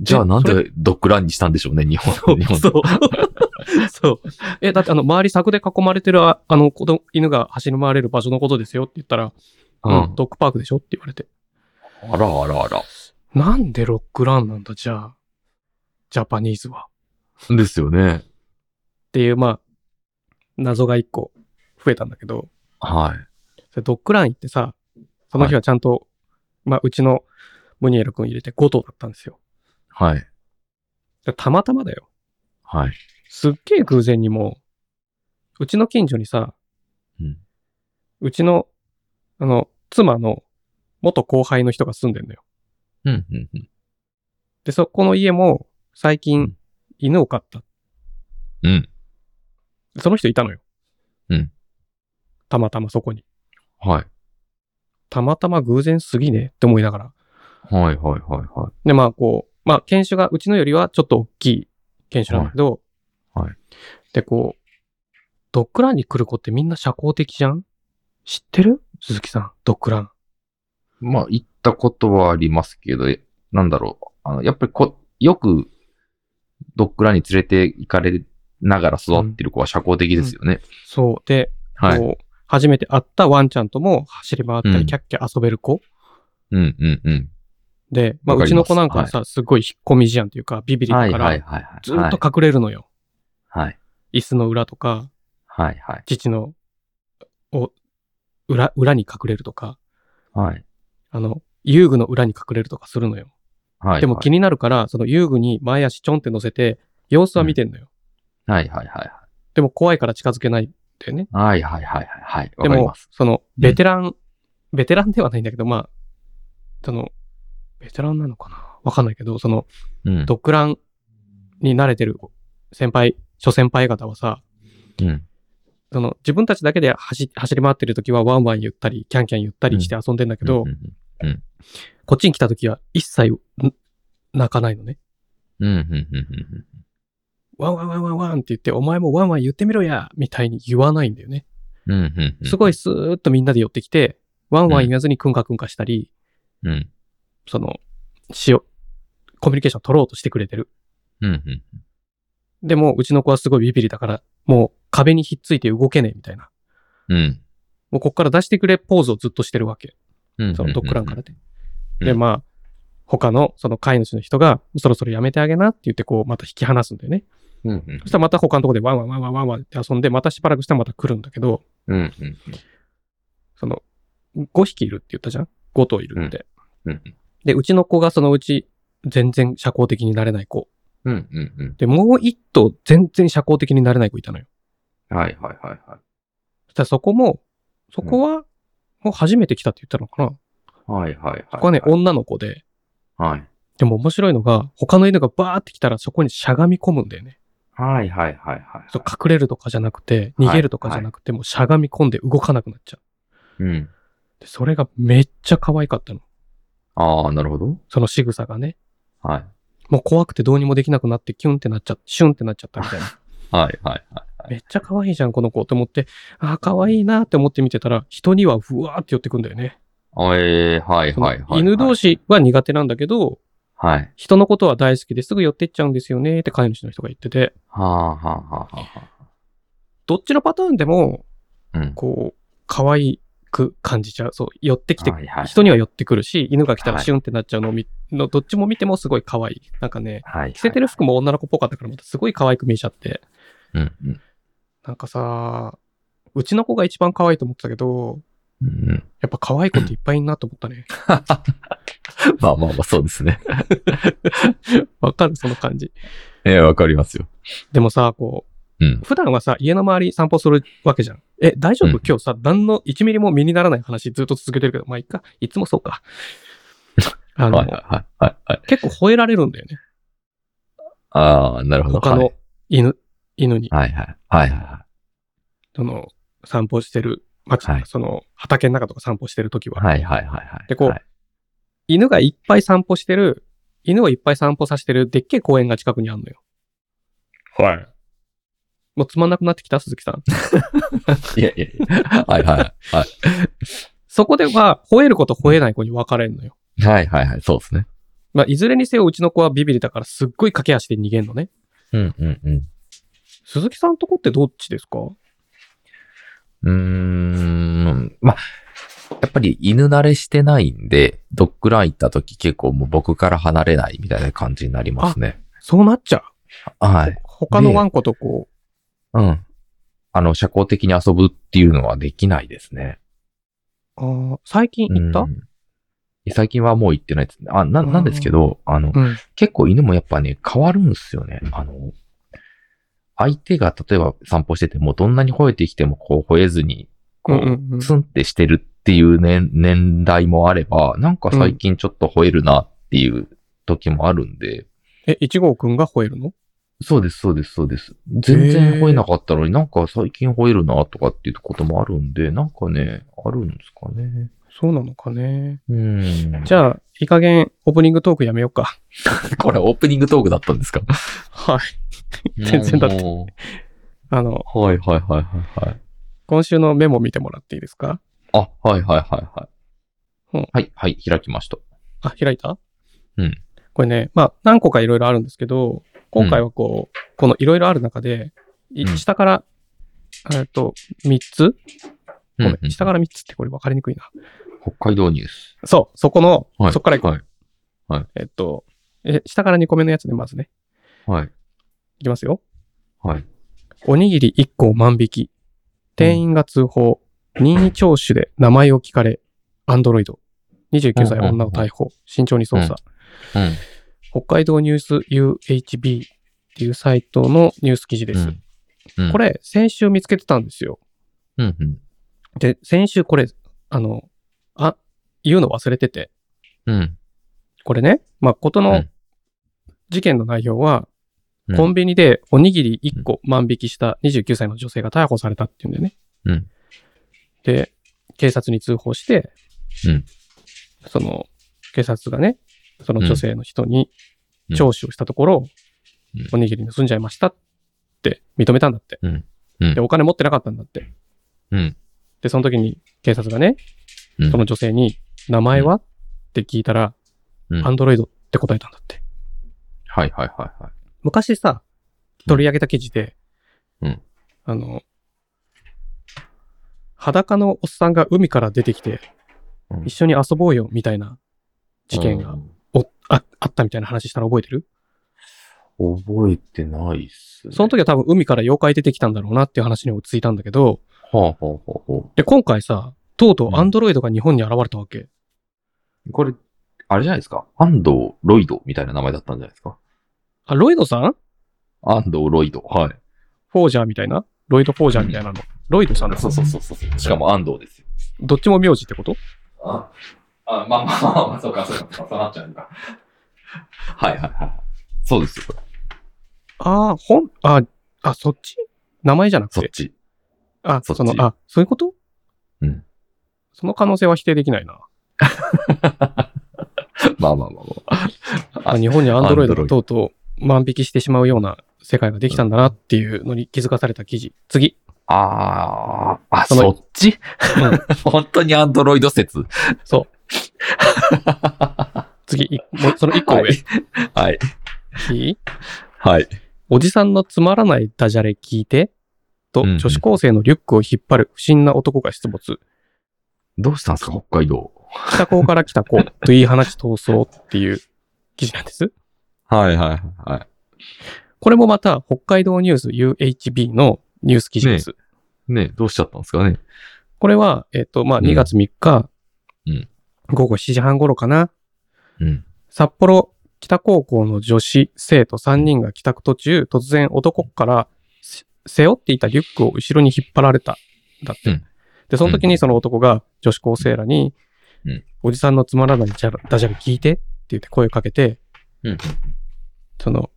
じゃあなんでドッグランにしたんでしょうね、日本。日本
そう。
[laughs]
そう。え、だってあの、周り柵で囲まれてるああの、子供、犬が走り回れる場所のことですよって言ったら、
う
うん
ん、
ドッグパークでしょって言われて。
あらあらあら。
なんでロックランなんだ、じゃあ、ジャパニーズは。
ですよね。
っていう、まあ、謎が一個増えたんだけど、
はい。
それドッグラン行ってさ、その日はちゃんと、まあ、うちのムニエル君入れて5頭だったんですよ。
はい。
でたまたまだよ。
はい。
すっげえ偶然にも、うちの近所にさ、
うん
うちの、あの、妻の元後輩の人が住んでんのよ。
うん、うん、
で、そこの家も最近、
うん
犬を飼った。
うん。
その人いたのよ。
うん。
たまたまそこに。
うん。はい。
たまたま偶然すぎねって思いながら。
はい、はい、はい、はい。
で、まあこう、まあ犬種がうちのよりはちょっと大きい犬種なんだけど、
はいはい
で、こう、ドッグランに来る子ってみんな社交的じゃん知ってる鈴木さん、ドッグラン。
まあ、行ったことはありますけど、えなんだろう。あの、やっぱりこ、よく、ドッグランに連れて行かれながら育ってる子は社交的ですよね。
そう。で、
はい。
こう、初めて会ったワンちゃんとも走り回った
う
り、
ん
キャッキャ遊べる子。
うん、うん、うん。
で、まあ、
わ
う
かり
ち
ます
の子なんかはさ、すごい引っ込み思案というか、ビビリ
は
だ
い、
か
はい、
ら、
はいはい。
ずっと隠れるのよ。
はい。
椅子の裏とか、
はい、はい。
父の、を、裏、裏に隠れるとか、
はい。
あの、遊具の裏に隠れるとかするのよ。
はい。
でも気になるから、その遊具に前足ちょんって乗せて、様子は見てんのよ。
はい、はい、はい。
でも怖いから近づけないんだよね。
はい、はい、はい、はい。はい。わ
で
かりま
も
す。、
その、ベテラン、ベテランではないんだけど、まあ、その、ベテランなのかなわかんないけど、その、
うん。
ドッグランに慣れてる先輩、諸先輩方はさ、
うん。
その自分たちだけで走走り回ってる時はワンワン言ったり、キャンキャン言ったりして遊んでんだけど、
うん
こっちに来た時は一切ん泣かないのね。
うんうんうんうん
ワンワンワンワンワンって言って、お前もワンワン言ってみろやみたいに言わないんだよね。
うんうんうんうん
すごいスーッとみんなで寄ってきて、ワンワン言わずにクンカクンカしたり、
うん
その、しよう、コミュニケーション取ろうとしてくれてる。
うんうん
でも、うちの子はすごいビビリだから、もう壁にひっついて動けねえみたいな。
うん
もうこっから出してくれポーズをずっとしてるわけ。
うん
そのドッグランからで。
うん
で、まあ、他のその飼い主の人が、そろそろやめてあげなって言って、こう、また引き離すんだよね。
うんうん
そしたらまた他のとこでワンワンワンワンワンワンって遊んで、またしばらくしたらまた来るんだけど、
うんうん
その、5匹いるって言ったじゃん ?5 頭いるって。
うんうん
で、うちの子がそのうち、全然社交的になれない子。
うんうんうん
で、もう1頭、全然社交的になれない子いたのよ。
はいはいはいはい
そしたらそこも、そこは、もう初めて来たって言ったのかな、
はいはいはい
そこはね、
はい
女の子で、
はい
でも面白いのが、他の犬がバーって来たらそこにしゃがみ込むんだよね。
はいはいはいはい。
そう隠れるとかじゃなくて、逃げるとかじゃなくて、もうしゃがみ込んで動かなくなっちゃ
うん。
う。で、それがめっちゃ可愛かったの。
ああ、なるほど。
その仕草がね。
はい。
もう怖くてどうにもできなくなって、キュンってなっちゃった、シュンってなっちゃったみたいな。
はいはいはい。
めっちゃ可愛いじゃん、この子って思って、ああ、可愛いなって思って見てたら、人にはふわーって寄ってくんだよね。
あえー、はい
その
はいはい。
犬同。士は苦手なんだけど、
はい。
人のことは大好きですぐ寄ってっちゃうんですよねって飼い主の人が言ってて、
はあはあはあは
どっちのパターンでも、
あ。うん。
こう、可愛く感じちゃう。そう、寄ってきて、
はいはい
人には寄ってくるし、犬が来たら
はい
シュンってなっちゃうのを見、のどっちも見てもすごい可愛い。なんかね、
はい。
着せてる服も女の子っぽかったから、またすごい可愛く見えちゃって。
うんうん。
なんかさ、うちの子が一番可愛いと思ってたけど、
うんうん。
やっぱ可愛い子っていっぱいいんなと思ったね。
まあまあまあ、そうですね。
わかるその感じ。
ええわかりますよ。
でもさ、こう、
うん
普段はさ、家の周り散歩するわけじゃん。え、大丈夫、
うん
今日さ、何の1ミリも身にならない話ずっと続けてるけど、まあいっか、いつもそう
[laughs]
か。あの、
はいはいはいはいはい。
結構吠えられるんだよね。
ああ、なるほど。
他
はい
の犬、犬に、
はいはい。はいはいは
その、散歩してる、まあ
はい
その、畑の中とか散歩してる時は、
い。はいはいはいはい。
でこう
はい
犬がいっぱい散歩してる、犬をいっぱい散歩させてるでっけえ公園が近くにあるのよ。
はい。
もうつまんなくなってきた、鈴木
[laughs]
さん。
いやいやいや。 [laughs] はいはいはい。
そこでは、吠える子と吠えない子に分かれるのよ。
はいはいはい。そうですね。
まあ、いずれにせよ、うちの子はビビリだから、すっごい駆け足で逃げんのね。
うんうんうん。
鈴木さんとこってどっちですか
うーん。まあ、やっぱり犬慣れしてないんで、ドッグラン行った時結構もう僕から離れないみたいな感じになりますね。
そうなっちゃう。
はい。
他のワンコとこう、
うん。あの、社交的に遊ぶっていうのはできないですね。
あー最近行った、
うん最近はもう行ってないです。あ、な、なんですけど、あの、
うん、
結構犬もやっぱね、変わるんですよね。あの、相手が例えば散歩してても、どんなに吠えてきても、こう、吠えずに、こ
うんうんう
う、
ん
ツンってしてるっていう年、年代もあれば、なんか最近ちょっと吠えるなっていう時もあるんで、
え、1号くんが吠えるの
そうです、そうです、そうです。全然吠えなかったのになんか最近吠えるなとかっていうこともあるんで、なんかね、あるんですかね。
そうなのかね。
うん。
じゃあ、いい加減、オープニングトークやめようか。
あ、これオープニングトークだったんですか
はい。全然だって
もう
あの、
はいはいはいはいはい。
今週のメモ見てもらっていいですか
あ、はいはいはいは
うん
い。はい、はい、開きました。
あ、開いた
うん。
これね、まあ、何個かいろいろあるんですけど、今回はこう、このいろいろある中で、い
うん
下から、えっと、3つごめ
うんうん
ん、下から3つってこれ分かりにくいな。
北海道ニュース。
そう、そこの、
はい。
そこから行こう
はい。
えっと、え、下から2個目のやつでまずね、
はい。
いきますよ。
はい。
おにぎり1個を万引き。店員が通報。任意聴取で名前を聞かれ。アンドロイド。29歳女を逮捕。慎重に捜査。
うん。
北海道ニュース UHB っていうサイトのニュース記事です。
うん。
こ、れ、先週見つけてたんですよ。
うんうん。
で、先週これ、あの、あ、言うの忘れてて。
うん。
これね、まあ、こと
う
の
ん
事件の内容は、
うん
コンビニでおにぎり1個万引きした29歳の女性が逮捕されたっていうんだよね。
うん
で、警察に通報して、
うん
その、警察がね、その女性の人に
うん
聴取をしたところ、
うん
おにぎり盗んじゃいましたって認めたんだって。
うんうん
で、お金持ってなかったんだって。
うん
で、その時に警察がね、
うん
その女性に、名前は、って聞いたら、
うん
アンドロイドって答えたんだって。
はいはいはいはい。
昔さ、取り上げた記事で、
うん
あの、裸のおっさんが海から出てきて
うん、
一緒に遊ぼうよ、みたいな事件が
うん
おああったみたいな話したら覚えてる
覚えてないっすね。
その時は多分海から妖怪出てきたんだろうなっていう話に落ち着いたんだけど、
はあ、はあはあは
で、今回さ、とうと
うん
うアンドロイドが日本に現れたわけ。
あ、これ、あれじゃないですか。安藤ロイドみたいな名前だったんじゃないですか。
あ、ロイドさん
安藤ロイド。はい。
フォージャーみたいなロイド・フォージャーみたいなの。ロイドさんだ。
そうそうそうそう。しかも安藤ですよ。
どっちも名字ってこと
あ、あまあまあまあまあ、そうかそうか、そうなっちゃうんだ。はいはいはい。そうですよ、これ。
ああ、本、あ、あ、そっち名前じゃなく。
そって [laughs] ち。
あ、
そっち
その、あ、そういうこと
うん。
その可能性は否定できないな。
まあまあまあまあ。
あ日本にアンドロイド
Android
がとうとう万引きしてしまうような世界ができたんだなっていうのに気づかされた記事。次。
あーあ、
その
そっち [laughs] 本当にアンドロイド説。
そう。次、いもうその一個上。
はいはい。
いい
はい。
おじさんのつまらないダジャレ聞いてと、
うんうん
女子高生のリュックを引っ張る不審な男が出没。
どうしたんですか、北海道。
北高から来た子と言い放ち逃走っていう記事なんです。
はいはいはいはい。
これもまた北海道ニュース UHB のニュース記事です。
ねえどうしちゃったんですかね。
これは、えっ、と、まあ、
うん
2月3日、
うん
午後7時半頃かな、
うん。
札幌北高校の女子生徒3人が帰宅途中、突然男からせ背負っていたリュックを後ろに引っ張られた。だって。
うん
で、その時にその男が女子高生らに、
うん
おじさんのつまらないジャラダジャレ聞いてって言って声をかけて、
うん
その、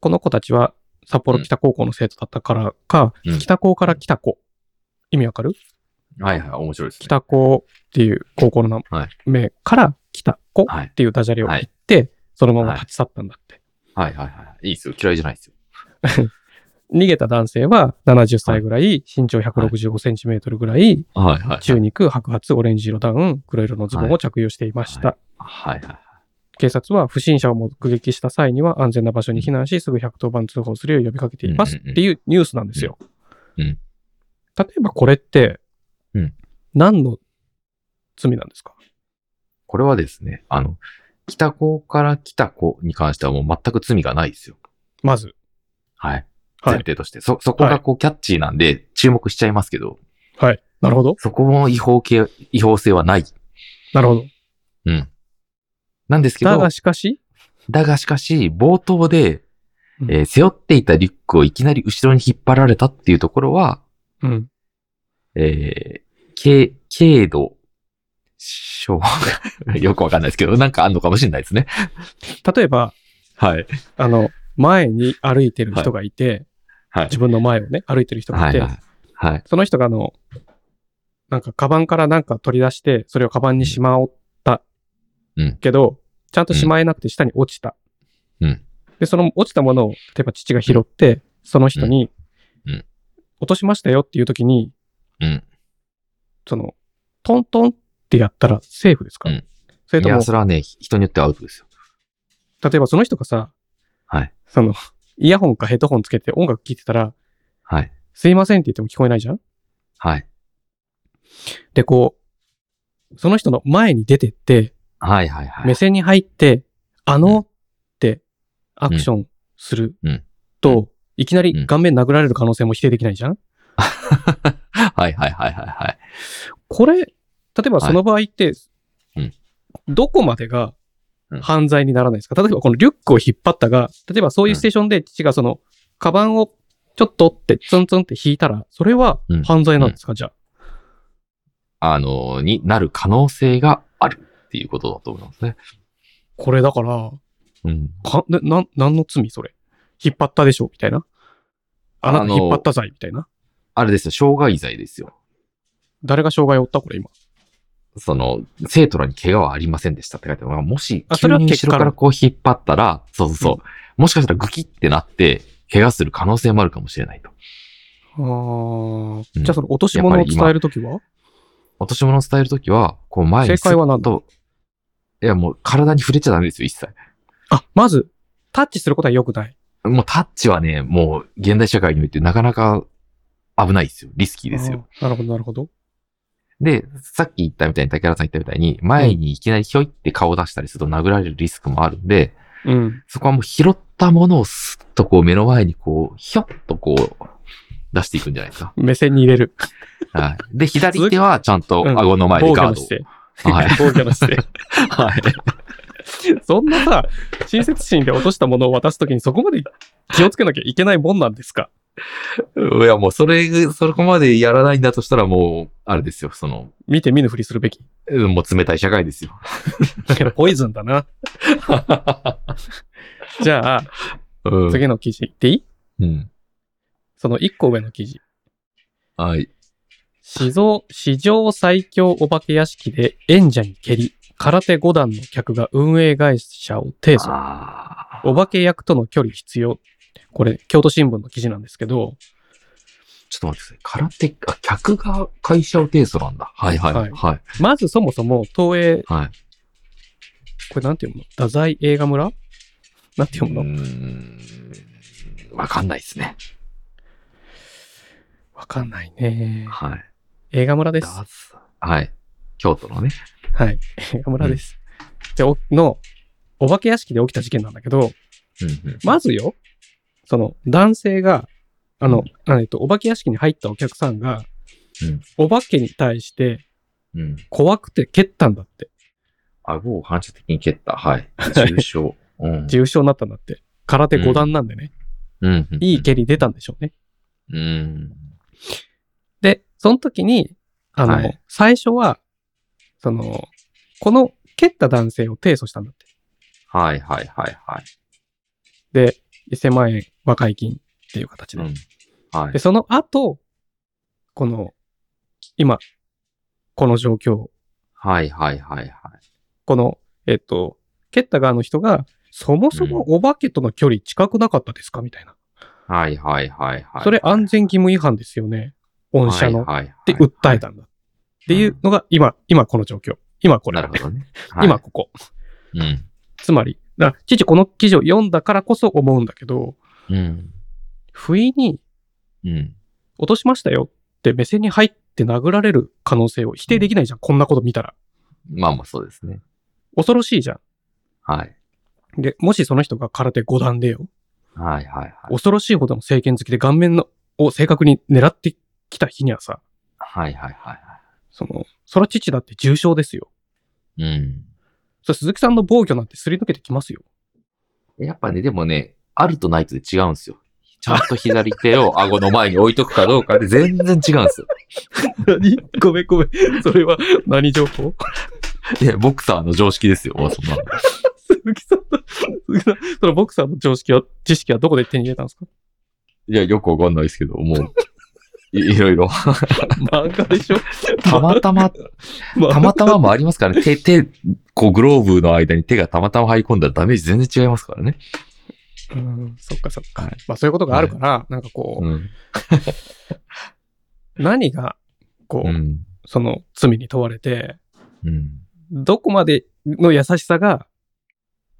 この子たちは札幌北高校の生徒だったからか、
うん
北高から北高。意味わかる
はいはい、面白いですね。
北高っていう高校の
はい
名前から北高
はい
っていうダジャレを言
は
っ
い。
て、そのまま立ち去ったんだって。
はいはいはい。いいですよ。嫌いじゃないですよ。
逃げた男性は70歳ぐらい、身長165センチメートルぐらい、
はいはいはい。
中肉、白髪、オレンジ色ダウン、黒色のズボンを着用していました。
はいはい。
警察は不審者を目撃した際には安全な場所に避難し、すぐ110番通報するよう呼びかけています
うんうんうん
っていうニュースなんですよ。
うんうん
例えばこれって
うん、
何の罪なんですか
これはですね、あの、北高から北高に関してはもう全く罪がないですよ。
まず。
はい。
は
前
い。
提として。そ、そこがこうキャッチーなんで注目しちゃいますけど、
はい。なるほど。
そこも違法系、違法性はない。
なるほど。
なんですけど、
だ
だ
が
が
しかし、
しかし、冒頭で、
うん
えー背負っていたリュックをいきなり後ろに引っ張られたっていうところは、
うん。
えー、け、軽度、小 [laughs] よくわかんないですけど、なんかあんのかもしれないですね。
例えば、
はい。
あの、前に歩いてる人がいて、
はい。
自分の前をね、歩いてる人が
はいい
て、
はい。はい。
その人があの、なんか、カバンからなんか取り出して、それをカバンにしまおった。
うん
けど、ちゃんとしまえなくて下に落ちた。
うん
で、その落ちたものを、例えば父が拾って、その人に、
うんうん
落としましたよっていう時に、
うん
その、トントンってやったらセーフですか、
うん
それ
い
とも
や、、それはね、人によってはアウトですよ。
例えばその人がさ、
はい
その、イヤホンかヘッドホンつけて音楽聴いてたら、
はい。
すいませんって言っても聞こえないじゃん
はい。
で、こう、その人の前に出てって、
はいはいはい。
目線に入って、あ
うん
のってアクションする
うんう
と、いきな
う
り
ん
顔面殴られる可能性も否定できないじゃん
[laughs] はいはいはいはいはい。
これ、例えばその場合って
うん、
どこまでが
うん
犯罪にならないですか例えばこのリュックを引っ張ったが、例えばそういうステーションで父がその、カバンをちょっとってツンツンって引いたら、それは
うん
犯罪なんですかじゃあ。
あの、になる可能性があるっていうことだと思いますね。
これだから、
うん。
か、な、なん、なんの罪それ。引っ張ったでしょみたいな。あな
あ
た
の
引っ張った罪みたいな。
あれですよ、傷害罪ですよ。
誰が障害を負ったこれ今。
その、生徒らに怪我はありませんでしたって書いてある。まあもし、
あそ
急
れは
に
結
後
果論
ろからこう引っ張ったら、そうそうそう、もしかしたらグキってなって、怪我する可能性もあるかもしれないと。
ああ、
うん
じゃあその落とし物を伝えるときは
落とし物を伝えるときは、こう前に
正解は何だ
と、いやもう体に触れちゃダメですよ、一切。
あ、まず、タッチすることは良くない。
もうタッチはね、もう現代社会においてなかなか危ないですよ。リスキーですよ。
あー。なるほど、なるほど。
で、さっき言ったみたいに、竹原さん言ったみたいに、前にいきなりひょいって顔を出したりすると殴られるリスクもあるんで、
うん。
そこはもう拾ったものをスッとこう目の前にこう、ひょっとこう、出していくんじゃないですか。
目線に入れる。
はい。で、左手はちゃんと顎の前で
防御
ガ
の
ードを
姿。勢。
はい。
[laughs] 防御の姿勢。
はい。
そんなさ、親切心で落としたものを渡すときにそこまで気をつけなきゃいけないもんなんですか
いや、もうそれ、そこまでやらないんだとしたらもう、あれですよ、その、
見て見ぬふりするべき。
うんもう冷たい社
[laughs]
会ですよ。
ポイズンだな。じゃあ、
うん。
次の記事でいい
うん。
その1個上の記事。
はい。
史上、史上最強お化け屋敷で演者に蹴り、空手5段の客が運営会社を提訴。
あ
お化け役との距離必要。これ、京都新聞の記事なんですけど、
ーちょっと待ってください。空手、あ、客が会社を提訴なんだ。はいはい
は
はいい。はい。
まずそもそも、東映、
はい。
これなんていうの太宰映画村なんていううの
ーん。わかんないですね。
わかんないね。
はい。
映画村です。
ダサはい。京都のね。
はい。映画村です。で、おの、お化け屋敷で起きた事件なんだけど、
うんうん。
まずよ、その、男性が、あの
う、
あのえっと、お化け屋敷に入ったお客さんが、
うん
お化けに対して
うん。
怖くて蹴ったんだって。
顎を反射的に蹴った。はい。重傷。うん。
重傷になったんだって。空手5段なんでね。
うんうん。
いい蹴り出たんでしょうね。
うん。
で、その時に、あの、
はい
最初は、その、この蹴った男性を提訴したんだって。
はいはいはいはい。
で、1000万円和解金っていう形で。
うん。は
で、
い。
その後、この、今、この状況、
はいはいはいはい。
この、えっと、蹴った側の人が、そもそもお化けとの距離近くなかったですかみたいな。
はいはいはいはい。
それ安全義務違反ですよね。御社の。っ
はいはいはい
て訴えたんだ。っていうのが、今、今この状況。今これ
なる。ほどね。はい
今。ここ。
うん。
つまり、だから父この記事を読んだからこそ思うんだけど、
うん。
不意に
うん。
落としましたよって目線に入って殴られる可能性を否定できないじゃん。こんなこと見たら。
まあまあそうですね。
恐ろしいじゃ
はい。
ん。で、もしその人が空手5段でよ、
はいはいはい。
恐ろしいほどの政権好きで顔面のを正確に狙ってきた日にはさ、
はいはいは
その、そら父だって重傷ですよ。
いはい。うん。
それ鈴木さんの防御なんてすり抜けてきますよ。
やっぱね、でもね、あるとないとで違うんですよ。ちゃんと左手を顎の前に置いとくかどうかで全然違うんですよ。
[laughs] 何ごめんごめん。それは何情報
いや、ボクサーの常識ですよ、もうそんなの
[laughs] 鈴木さんの、鈴木さん、そのボクサーの常識は、知識はどこで手に入れたんですか
いや、よくわかんないですけど、もう、いいろいろ。
[laughs] 漫画でしょ
たま
[laughs]
たま、
ま
たまたまもありますからね。手、手、こうグローブの間に手がたまたま入り込んだらダメージ全然違いますからね。
うん、そっかそっか。
はい
まあそういうことがあるから、なんかこう、
うん。
何が、こう、
うん。
その罪に問われて、
うん。
どこまでの優しさが、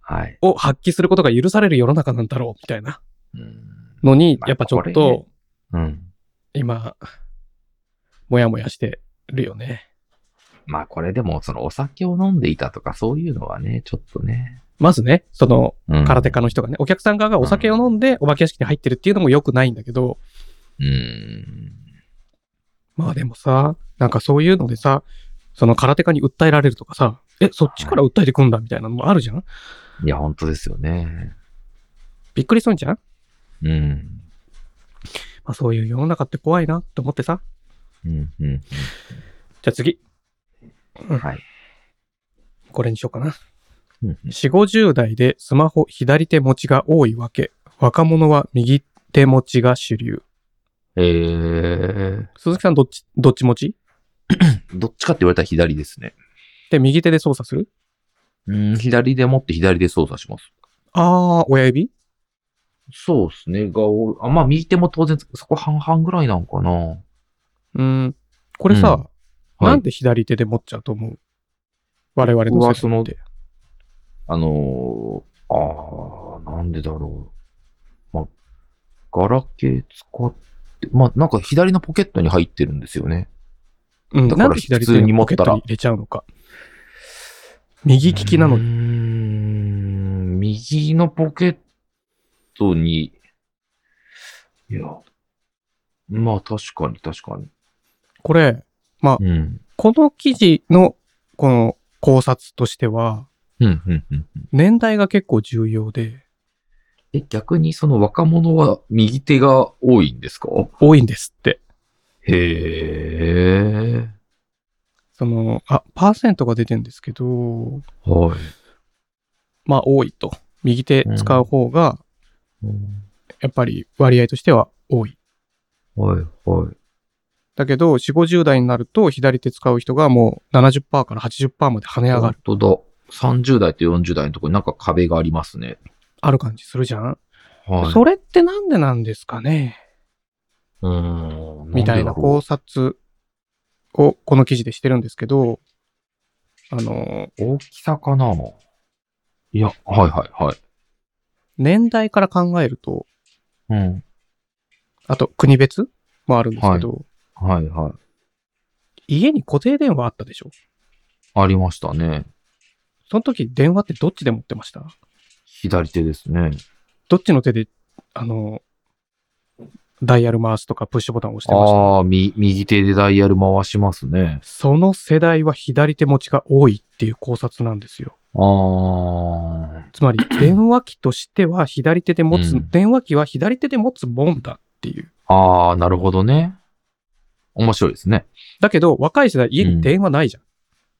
はい。
を発揮することが許される世の中なんだろう、みたいな
うん。
のに、
まあ
やっぱちょっ
これね
と、
うん。
今、もやもやしてるよね。
まあこれでも、そのお酒を飲んでいたとかそういうのはね、ちょっとね。
まずね、その、
うん、
空手家の人がね、お客さん側がお酒を飲んで、お化け屋敷に入ってるっていうのも良くないんだけど、
うん。
まあでもさ、なんかそういうのでさ、その空手家に訴えられるとかさ、え、そっちから訴えてくんだみたいなのもあるじゃん
いや、本当ですよね。
びっくりするんじゃん
うん。
まあそういう世の中って怖いなって思ってさ。
うん。うん。
じゃあ次、
はい。
これにしようかな。
うん
4、50代でスマホ左手持ちが多いわけ。若者は右手持ちが主流。
えー、
鈴木さんどっち、どっち持ち
どっちかって言われたら左ですね。
で、右手で操作する
うん、左で持って左で操作します。
あー、親指
そうですね。が、おあまあ、右手も当然、そこ半々ぐらいなんかな。は
うん。これさ、
い、
なんで左手で持っちゃうと思う我々の世代って。
あのー、ああ、なんでだろう。まあ、ガラケー使って、まあ、なんか左のポケットに入ってるんですよね。
うん、
だから
なんで左手にポケットに入れちゃうのか。右利きなの
うー
に。
ん、右のポケットに、いや、まあ、確かに、確かに。
これ、
うん。
この記事の、この考察としては、
うん、うん、うん。
年代が結構重要で、
え、逆にその若者は右手が多いんですか
多いんですって。
へえ。
その、あ、パーセントが出てんですけど、
はい。
まあ多いと。右手使う方がやっぱり割合としては多い。
はい、はい。
だけど、4、50代になると左手使う人がもう70%から80%まで跳ね上がる。
本当だ。30代と40代のところになんか壁がありますね。
ある感じするじゃん、
はい。
それってなんでなんですかね
うーん。
みたいなん
でだろ
考察をこの記事でしてるんですけど、あの、
う大きさかないや、はいはいはい。
年代から考えると、
うん。
あと国別もあるんですけど、
はいはい。
家に固定電話あったでしょ
ありましたね。
その時電話ってどっちで持ってました
左手ですね。
どっちの手で、あの、ダイヤル回すとかプッシュボタンを押してました
ああ、み、右手でダイヤル回しますね。
その世代は左手持ちが多いっていう考察なんですよ。
ああ。
つ
[clears throat]
まり、電話機としては左手で持つ、
うん
電話機は左手で持つもんだっていう。
ああ、なるほどね。面白いですね。
だけど、若い世代家に電話ないじゃん。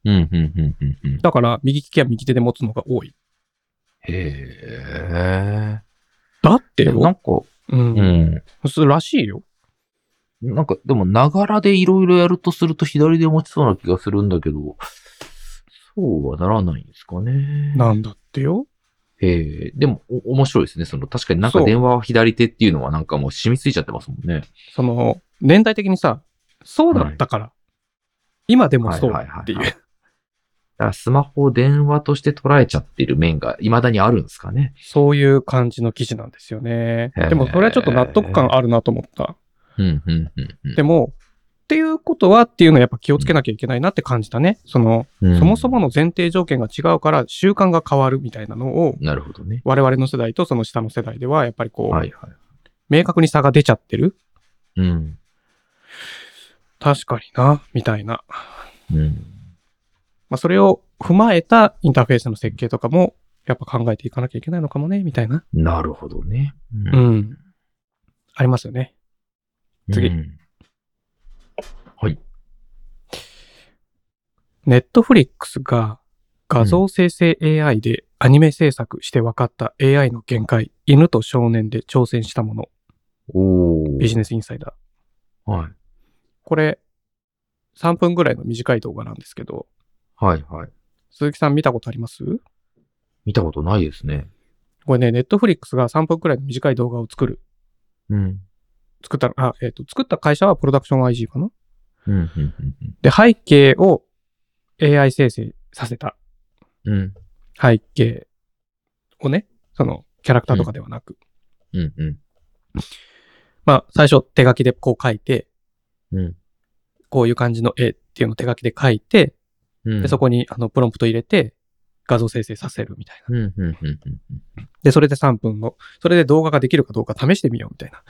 うん、うん、うん、うん、うん。
だから、右利きは右手で持つのが多い。
へ
だって
え。でもな
よ。
んか、
うん。
うん。
そうらしいよ。
なんか、でも、ながらでいろいろやるとすると左で持ちそうな気がするんだけど、そうはならないんですかね。
なんだってよ。
へえ。でも、お面白いですね。その、確かになんか
そう
電話は左手っていうのはなんかもう染みついちゃってますもんね。
その、年代的にさ、そうだったから、今でもそうってい
はいはいはい
う。
はだからスマホを電話として捉えちゃってる面が未だにあるんですかね。
そういう感じの記事なんですよね。
へー
でもそれはちょっと納得感あるなと思った。
うん、うん、うんうん。
でも、っていうことはっていうのはやっぱ気をつけなきゃいけないなって感じたね。その、
うん
そもそもの前提条件が違うから習慣が変わるみたいなのを、
なるほどね。
我々の世代とその下の世代ではやっぱりこう、
はいは
明確に差が出ちゃってる。
い。うん。
確かにな、みたいな。
うん。
まあそれを踏まえたインターフェースの設計とかも、やっぱ考えていかなきゃいけないのかもね、みたいな。
なるほどね。
う
うん
ん。ありますよね。次
うん
ネットフリックスが画像生成 AI でアニメ制作して分かった AI の限界、犬と少年で挑戦したもの、
おー
ビジネスインサイダー。
はい。
これ、3分ぐらいの短い動画なんですけど、
はいはい。
鈴木さん見たことあります
見たことないですね。
これね、ネットフリックスが3分くらいの短い動画を作る。
うん。
作った、あ、えっ、と、作った会社はプロダクション IG かな
うん、うん、
で、背景を AI 生成させた
うん。うん、
背景をね、その、キャラクターとかではなく、
うん、うん。
まあ、最初手書きでこう書いて、
うん
こういう感じの絵っていうのを手書きで書いて、
うん
で、そこにあのプロンプト入れて、画像生成させるみたいな。
うん、うん、うん、うん
で、それで3分の、それで動画ができるかどうか試してみようみたいな。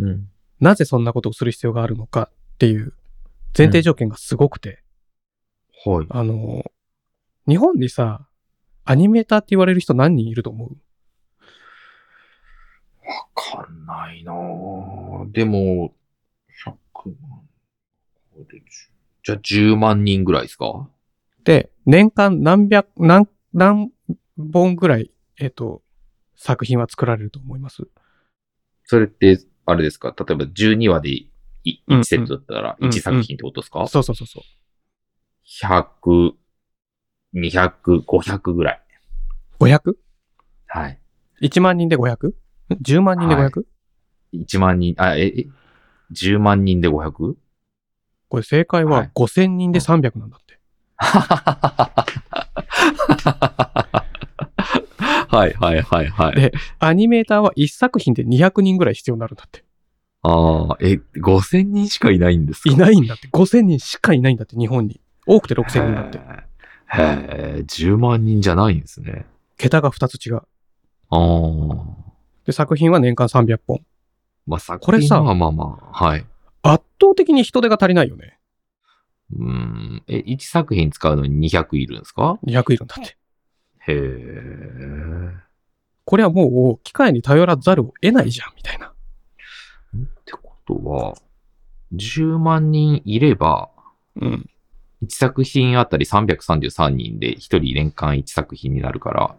うん。うん。
なぜそんなことをする必要があるのかっていう前提条件がすごくて、
はい。
あの、日本にさ、アニメーターって言われる人何人いると思う
わかんないなぁ。でも、100万。これで10じゃあ10万人ぐらいですか
で、年間何百、何、何本ぐらい、えっ、と、作品は作られると思います
それって、あれですか例えば12話でい
うんうん
1セットだったら
うんうん
1作品ってことですか、
そうそうそうそう。
?100、200、500ぐらい。
500?
はい。
1万人で 500?10 万人で 500?、
はい1万人、あ、え、え10万人で 500?
これ正解
は
はい5000人で300なんだって。
はいはいはいは
で
い。
アニメーターは1作品で200人ぐらい必要になるんだって。
ああ、え、5000人しかいないんですか
いないんだって。5000人しかいないんだって、日本に。多くて6000人だって。
へえ。へえ、10万人じゃないんですね。
桁が2つ違う。
ああ。
で、作品は年間300本。
まあ、さ
これさ
まあまあまあ、はい。
圧倒的に人手が足りないよね。
うん。え、1作品使うのに200いるんですか
200いるんだって。
へえ。
これはもう、機械に頼らざるを得ないじゃん、みたいな。
ってことは、10万人いれば、
うん。
1作品あたり333人で、1人年間1作品になるから、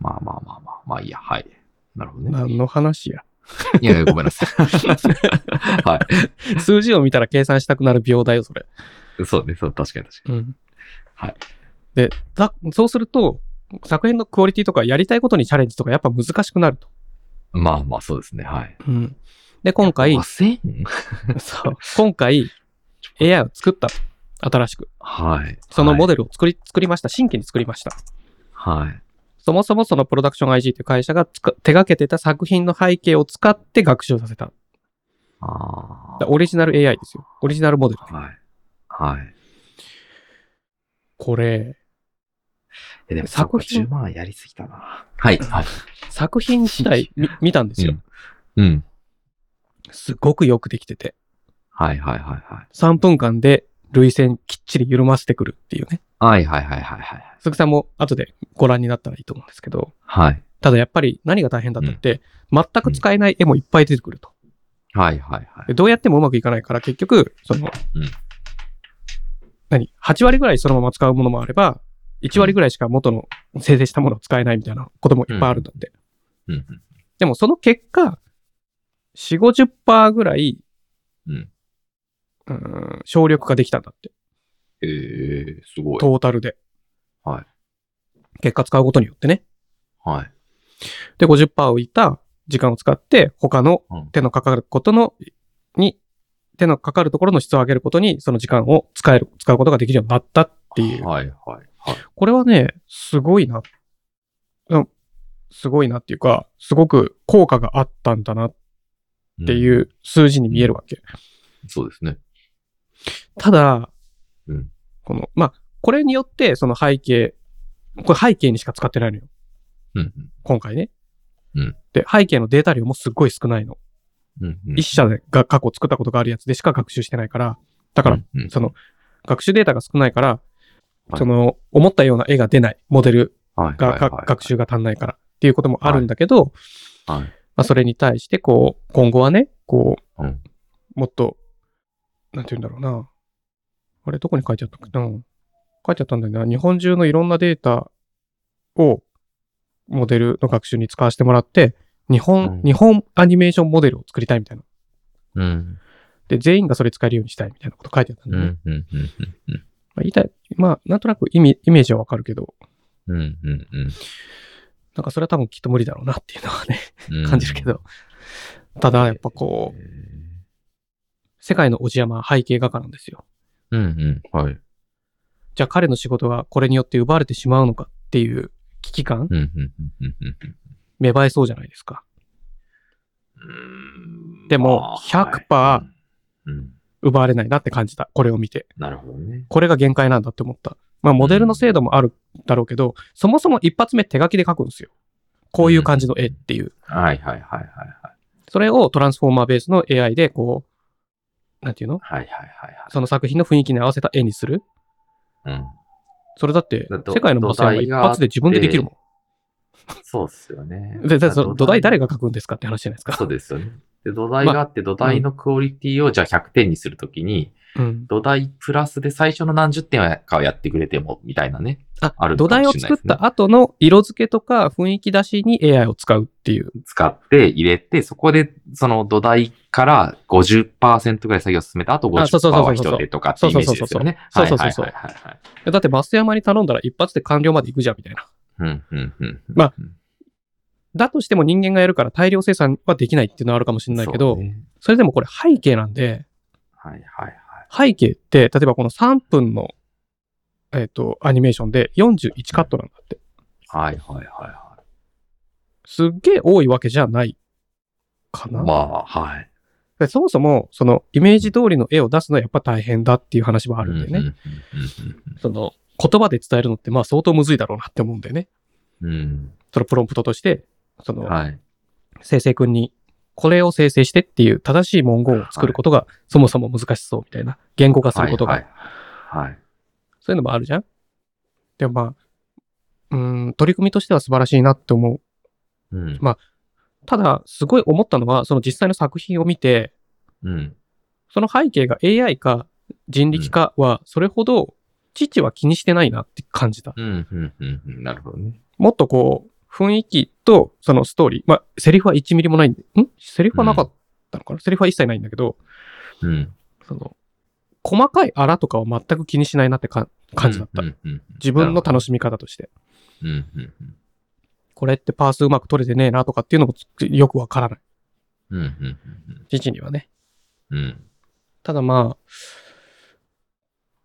まあまあまあまあ、まあいいや、はい。なるほどね。
何の話や。
いやいや、ごめんなさい。 [laughs] は
数字を見たら計算したくなる秒だよ、それ。
い。そうね、そう、確かに確か
うん。
はい。
で、だそうすると、作品のクオリティとかやりたいことにチャレンジとかやっぱ難しくなると。
に。まあまあ、そうですね、はい。
うん。で、今回、
5000?
そう、今回、AI を作った。新しく。
はい。
そのモ
デ
デルを作り、作りました。新規に作りました。
はい。はい。
そもそもそのプロダクション IG という会社がつか手掛けてた作品の背景を使って学習させた。だか
あ
らオリジナル AI ですよ。オリジナルモデル。
あ。はい。はい。
これ、
え、でも、
作
作
品
品。10万やりすぎたな。はい、はい。
作品自体
[laughs]
み見たんですよ。
うん。うん。
すごくよくできてて。
はい、はい、はい、はい。
3分間で類線きっちり緩ませてくるっていうね。
はい、はい、はい、はい、はい。
鈴木さんも後でご覧になったらいいと思うんですけど。
はい。
ただやっぱり何が大変だったって、全く使えない絵もいっぱい出てくると。
はい、はい、は
でどうやってもうまくいかないから結局、その、
うん
何 ?8 割ぐらいそのまま使うものもあれば、1割ぐらいしか元の生成したものを使えないみたいなこともいっぱいあるんだって。
い。うん。うん
でもその結果、4、50%ぐらい、
うん
うーん省力化できたんだって。
えー、すごい。
トータルで。
はい
結果使うことによってね。
はい。
で、50%をいた時間を使って、他の
うん
手のかかることの、に、手のかかるところの質を上げることに、その時間を使える、使うことができるようになったっていう。
はい、はい、はい。
これはね、すごいな。うんすごいなっていうか、すごく効果があったんだなっ
って
いうう数字に見えるわけ。
ん。そうですね。
ただ、
うん
この、まあ、これによって、その背景、これ背景にしか使ってないのよ。
うん。
今回ね。
うん
で、背景のデータ量もすっごい少ないの。
うん。うん
一社が過去作ったことがあるやつでしか学習してないから、だから、、
うん
その、学習データが少ないから、
はい
その、思ったような絵が出ない、モデル
はい
が、が学。習が足んないからっていうこともあるんだけど、
はいはいはい。
まあ、それに対して、こう、今後はね、こう、
うん
もっと、なんて言うんだろうな。あれ、どこに書いてあったっけな書いてあったんだよな。日本中のいろんなデータを、モデルの学習に使わせてもらって、日本、
うん
日本アニメーションモデルを作りたいみたいな。
うん。
で、全員がそれ使えるようにしたいみたいなこと書いてあったん
う
だよね。
ん。うん。
まあ、言いたい。まあ、なんとなく意味、イメージはわかるけど、
うん。うん。うん。
なんかそれは多分きっと無理だろうなっていうのはね、
うん。
感じるけど。ただ、やっぱこ
え
う、
ー。
世界のおじやま背景画家なんですよ。
うん。うん。はい。
じゃあ彼の仕事がこれによって奪われてしまうのかっていう危機感、
うん。うん。うんうん。うん。
芽生えそうじゃないですか。
うーん
でも
まあ
100%
はいうん。
奪われないなって感じた。これを見て。
なるほどね。
これが限界なんだって思った。まあ、モデルの精度もあるだろうけど、そもそも一発目手書きで書くんですよ。こういう感じの絵っていう。
はいはいはいはいはい。
それをトランスフォーマーベースの AI で、こう、なんていうの
はいはいはいはい。
その作品の雰囲気に合わせた絵にする。
うん。
それだって
だ、と
世界の無線は一発で自分でできるも
そうっすよね
ん。。で、でその土台誰
が
が書くんですかって話じゃないです
そ
か
う。ですよね。で、土台があって、土台のクオリティをじゃあ100点にするときに、
うん。
土台プラスで最初の何十点はかはやってくれても、みたいなね。
あ、
ある
土
のか
台
も
を
しれない
作っ
ですね
た後の色付けとか雰囲気出しに AI を使うっていう。
使って入れて、そこでその土台から50%ぐらい作業を進めた後
あそうそうそ
50%
うそう
は人でとかってイメージですよね。
そうそうそうそう
はいはいはいはいはい。
だって増山に頼んだら一発で完了まで行くじゃんみたいな。
うん、うん、うん。
まあだとしても人間がやるから大量生産はできないっていうのはあるかもしれないけど、
そ
そ,、
うね
れでもこれ背景なんで、
はいはいはい。
背景って、例えばこの3分の、えっ、と、アニメーションで41カットなんだって。
はいはいは
すっげえ多いわけじゃないか
い
な。
はい。まあ、はい。
でそもそも、そのイメージ通りの絵を出すのはやっぱ大変だっていう話はあ
あ
るんでね。
う
その言葉で伝えるのってまあ相当むずいだろうなって思うんだよね。
んうんうん。
そのプロンプトとして、そ
うん。
の、
はい。
生成君に、これを生成してっていう正しい文言を作ることがそもそも難しそうみたいな。言語化することが。
はいはい。はい。
そういうのもあるじゃんでもまあ、うーん、取り組みとしては素晴らしいなって思う。
うん。
ただ、すごい思ったのは、その実際の作品を見て、
うん。
その背景が AI か人力かは、それほど、父は気にしてないなって感じた。
うん。うん。うん。なるほどね。
もっとこう、雰囲気と、そのストーリー。まあ、セリフは1ミリもないんで、んセリフはなかったのかな、セリフは一切ないんだけど、
うん。
その、細かいあらとかは全く気にしないなってか感じだった。
うんうんうん
自分の楽しみ方として。
うんうんうん
これってパースうまく取れてねえなとかっていうのもよくわからない。
うんうんうん
父にはね。
うんうん
ただまあ、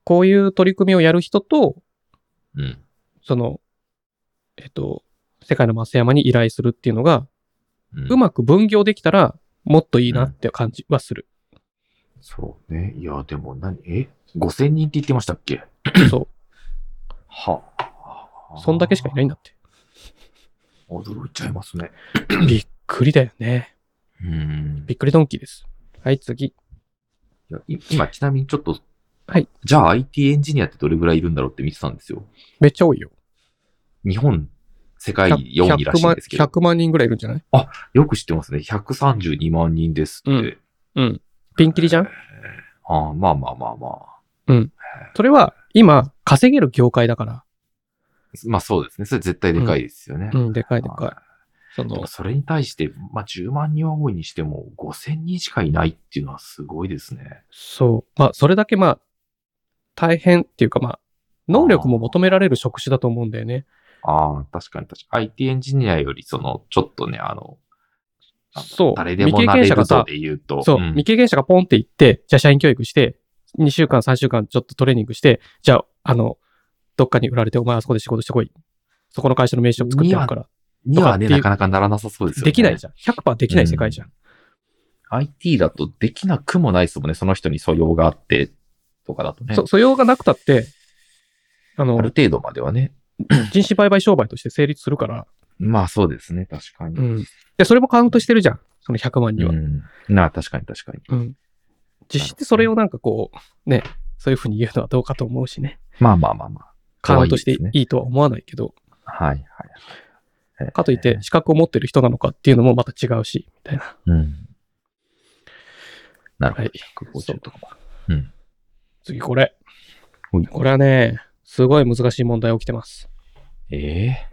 こういう取り組みをやる人と、
うん
その、えっと、世界のマス山に依頼するっていうのが、
うん
うまく分業できたら、もっといいなって感じはする。
そうね。いや、でも何え ?5000 人って言ってましたっけ
そ
は。
う。そんだけしかいないいんだ
[clears throat]
って。
驚いちゃいますね。
びっくりだよね。
うん。
びっくりドンキーです。はい、次。
いやい今、ちなみにちょっと、
はい。
じゃあ IT エンジニアってどれぐらいいるんだろうって見てたんですよ。
めっちゃ多いよ。
日本、世界
100
4位らしいんですけど。
100万人ぐらいいるんじゃない
よく知ってますね。132万人ですって。
うんうん。ピンキリじゃん
ああ、まあまあまあまあ。
それは、今、稼げる業界だから。
まあそうですね。それ絶対でかいですよね。
うん、でかいで
はい
かい。そ
でも
の、
それに対して、まあ10万人は多いにしても、5000人しかいないっていうのはすごいですね。
そう。まあ、それだけまあ、大変っていうかまあ、能力も求められる職種だと思うんだよね。
ああ、確かに確かに。IT エンジニアより、その、ちょっとね、あの、なんだ
そう
誰でもなれるぞで言うと。
そう、
ん
未経験者がポンって行って、じゃあ社員教育して、2週間、3週間ちょっとトレーニングして、じゃあ、あの、どっかに売られて、お前あそこで仕事してこい。そこの会社の名刺を作ってやるから。
にはね、
とかっていう
なかなかならなさそうですよね。
できないじゃん。100%できない世界じゃん。
IT だとできなくもないですもんね。その人に素養があって、とかだとね。
そ素養がなくたって、あ
あ
の
る、程度まではね。
人種売買商売として成立するから、
まあそうですね、確か
う
に。
ん。で、それもカウントしてるじゃん。その100万
う
人は。
ん。なあ、確かに確かに。
うん。実質それをなんかこう、ね、そういうふうに言うのはどうかと思うしね。
まあまあまあま
カウントして
かわいいです
いいとは思わないけど、
あ。はいはい。
かといって資格を持ってる人なのかっていうのもまた違うし、みたいな。
うん。なるほ
はい。
ど。
そう
150とかも。
次これ
ほい。
これはね、すごい難しい問題起きてます。
ええ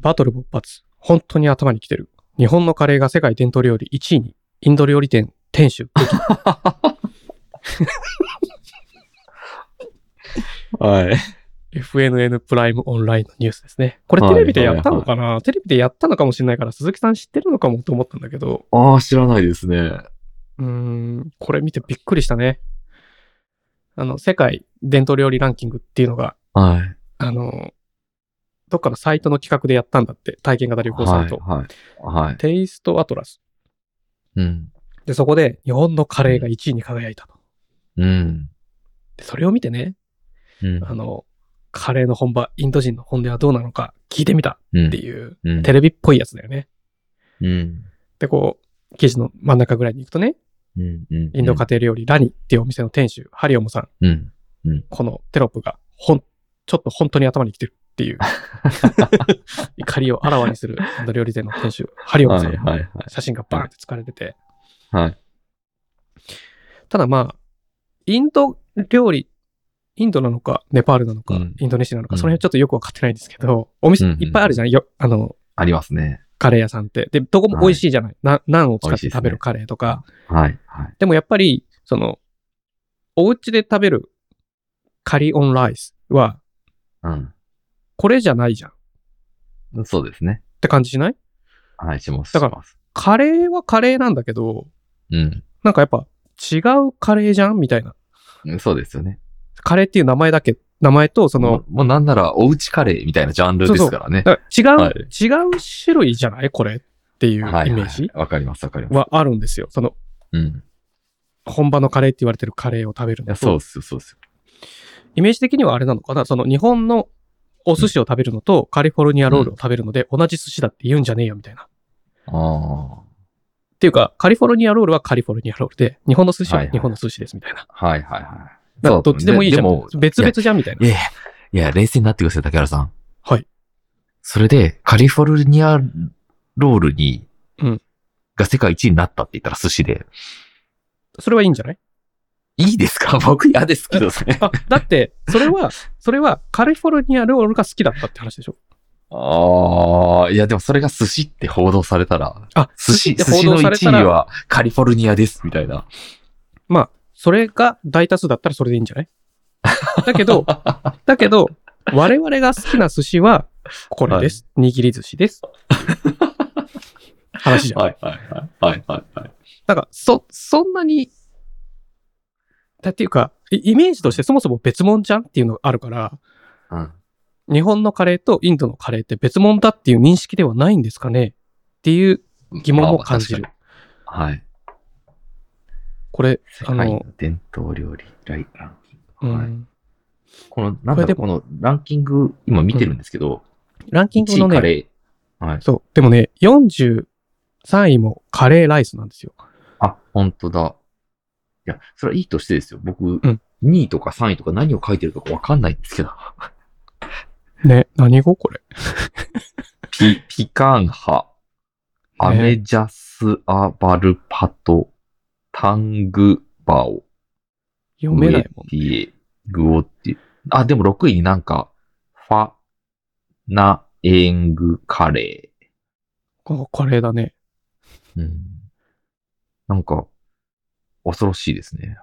バトル勃発。本当に頭にきてる。日本のカレーが世界伝統料理1位に、インド料理店店主。
はい。
FNN プライムオンラインのニュースですね。これ
はい
テレビでやったのかな、テレビでやったのかもしれないから、鈴木さん知ってるのかもと思ったんだけど、
ああ、知らないですね。
うーん、これ見てびっくりしたね。あの、世界伝統料理ランキングっていうのが、
はい。
あの、どっかのサイトの企画でやったんだって、体験型旅行サイト。
はい。はい。はい。
テイストアトラス。
うん。
で、そこで日本のカレーが1位に輝いたと。
うん。
で、それを見てね、
うん。
あの、カレーの本場、インド人の本音はどうなのか聞いてみた
うん
っていう、
うん
テレビっぽいやつだよね。
うん。
で、こう、記事の真ん中ぐらいに行くとね、
うん。うん。
インド家庭料理ラニっていうお店の店主、ハリオムさん、
うん。
このテロップが、ほん、ちょっと本当に頭にきてるっていう、怒りをあらわにするインド料理店の店主、ハリオム
は
さ
い
ん。
はいはい。
写真がバーンって使われてて。
はい。
ただまあ、インド料理、インドなのか、ネパールなのか、
うん
インドネシアなのか、
うん
その辺ちょっとよくわかってないんですけど、お店
うんうん
いっぱいあるじゃん、よ、あの、
ありますね。
カレー屋さんって。で、どこも美味しいじゃない。な、ナンを使
美
っ
味しい
て
ですね
食べるカレーとか。
はいはい。
でもやっぱり、その、お家で食べるカリオンライスは、これじゃないじゃんっ
うん。そうですね。
て感じしない
はい、します。
だから
します
カレーはカレーなんだけど、
うん
なんかやっぱ違うカレーじゃんみたいな。
うん。そうですよね。
カレーっていう名前だけ、名前とその、
もう、もうなんなら、おうちカレーみたいなジャンルですからね。
だから違う、
はい
違う種類じゃないこれっていうイメ
はいはい
ージ
わかります、わかります。
はあるんですよ。その、
うん。
本場のカレーって言われてるカレーを食べる
い
の
やそうっ
と、
すよ、そうっすよ。
イメージ的にはあれなのかなその日本のお寿司を食べるのとカリフォルニアロールを食べるので同じ寿司だって言うんじゃねえよみたいな。っ
あ
ていうか、カリフォルニアロールはカリフォルニアロールで、日本の寿司
は
はい
はい
日本の寿司ですみたいな。
あ。はいはいは
だから
い。
どっちでもいいじゃん。
でも、
別々じゃんみたい
い
な。
やいや、いや、冷静になってください、竹原さん。
はい。
それで、カリフォルニアロールに、
うん
が世界一位になったって言ったら寿司で、
それはいいんじゃない
いいで
[laughs]
すか僕嫌ですけどね。
あ、だって、それは、それはカリフォルニアロールが好きだったって話でしょ。
ああ、いや、でもそれが寿司って報道されたら、
あ、
寿司、
って
寿
報
司の
道された
1位
ら、
はカリフォルニアです、みたいな。
まあ、それが大多数だったらそれでいいんじゃないだけ
[laughs]
ど、だけど、我々が好きな寿司は、これです。握り寿司です。話じゃん。
はいはいはい。はいはいはい。
なんか、そ、そんなに、だっていうか、イイメージとしてそもそも別物じゃんっていうのがあるから、
うん。
日本のカレーとインドのカレーって別物だっていう認識ではないんですかねっていう疑問も感じる。
まあ。確
これ、あ
かにはい。世界
の
の、伝統料理、ライランキン
う
グはい
ん、
この、なん
これ
だろ
で
う、このランキング、今見てるんですけど、
ランキング
1
の
位カ
ね、
レー。はい。
そう、でもね、43位もカレーライスなんですよ。
あ、本当だ。いや、それはいいとしてですよ。僕、
ん
2位とか3位とか何を書いてるとかわかんないんですけど。 [laughs]
ね、何語これ。
ピ、ピカンハ、アメジャスアバルパト、タングバオ、
読
ウ
め
エ
ない
テ
もん。
ィエ、グオティ。あ、でも6位になんか、ファ、ナ、エングカレ
こカレーだね。
ー。うん。なんか、恐ろしいですね。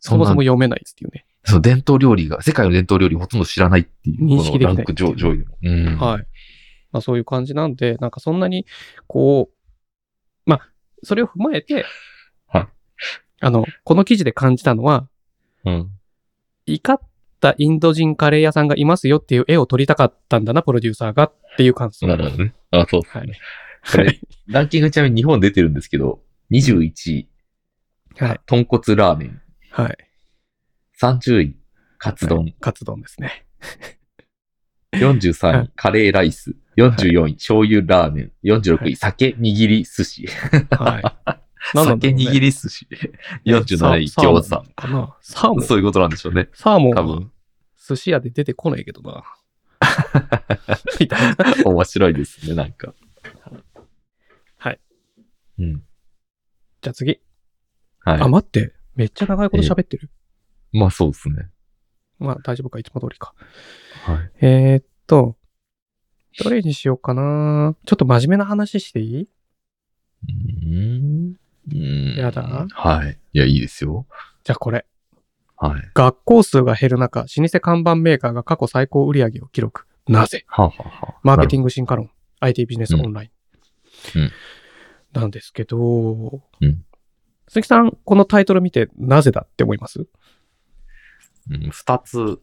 そもそも読めないっていうね。
その伝統料理が、世界の伝統料理をほとんど知らないっていう。
認識できない
このランク上上位でも。うん。
はい。まあそういう感じなんで、なんかそんなに、こう、まあ、それを踏まえて、
はい
あの、この記事で感じたのは、
うん。
怒ったインド人カレー屋さんがいますよっていう絵を撮りたかったんだな、プロデューサーがっていう感想。
なるほどね。あ、そうです
は
ね。
い。
これランキングちなみに日本出てるんですけど、21位、
はい。
豚骨ラーメン。
はい。
30位、カツ丼。
カツ丼ですね。は
43位
い、
カレーライス。44位、醤油ラーメン。46位、
はい
酒握り寿司。 [laughs]
はい。なんなんだろ
酒
うね
握り寿司。47位、
サー
餃子。
かなサーモン。
そういうことなんでしょうね。
サーモン
多
は
分、
寿司屋で出てこないけどな。みたいな。
[laughs] 面白いですね、なんか。
はい。
うん。
じゃあ次。
はい
あ、。待って。めっちゃ長いこと喋ってる。
まあそうですね。
まあ大丈夫か、いつも通りか。
はい。
えーっと、どれにしようかな。ちょっと真面目な話していいう
ーん。うーん
やだ
はい。いや、いいですよ。
じゃあこれ。
はい。
学校数が減る中、老舗看板メーカーが過去最高売上を記録。なぜ
はあ、はあはあ、
マーケテ
ィ
ィ
ン
ング進化論。IT ビジネスオンライン。
うんうん
なんですけど、
うん
鈴木さん、このタイトル見て、なぜだって思います
グ。うん二つ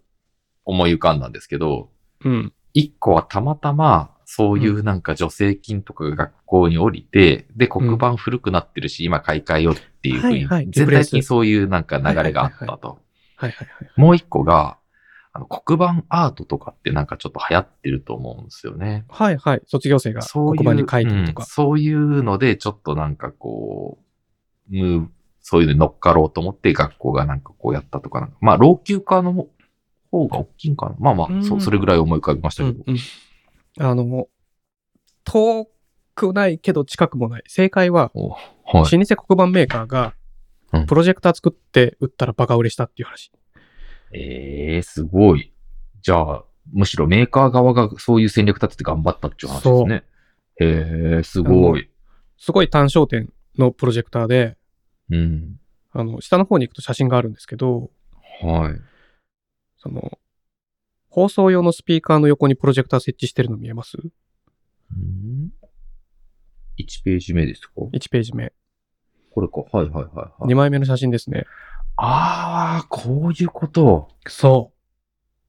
思い浮かんだんですけど、
うん。
一個はたまたま、そういうなんか助成金とかが学校に降りて、で、黒板古くなってるし、今買い替えようっていうふう
はい
に
はい、
全体的にそういうなんか流れがあっ
はいは
たと。
はいはいはい。
もう一個が、あの黒板アートとかってなんかちょっと流行ってると思うんですよね。
はいはい。卒業生が
そう
黒
いう、
板に書いてると
うん
か。
そういうので、ちょっとなんかこう、ムーそういうのに乗っかろうと思って学校がなんかこうやったとかなんかまあ、老朽化の方が大きいんかな。まあまあ、
う
そ
ん
それぐらい思い浮かびました
う
け
ん
ど。
うんあの、遠くないけど近くもない。正解は、
はい。
老舗黒板メーカーが
うん、
プロジェクター作って売ったらバカ売れしたっていう話。
ええすごい。じゃあ、むしろメーカー側がそういう戦略立てて頑張ったっていう話ですね。ええすごい。
すごい単焦点のプロジェクターで、
うん。
あの、下の方に行くと写真があるんですけど、
はい。
その、放送用のスピーカーの横にプロジェクター設置してるの見えます
うん、1ページ目ですか
?1 ページ目。
これか。はいはいはい、は
2
い。
枚目の写真ですね。
ああ、こういうこと。
そ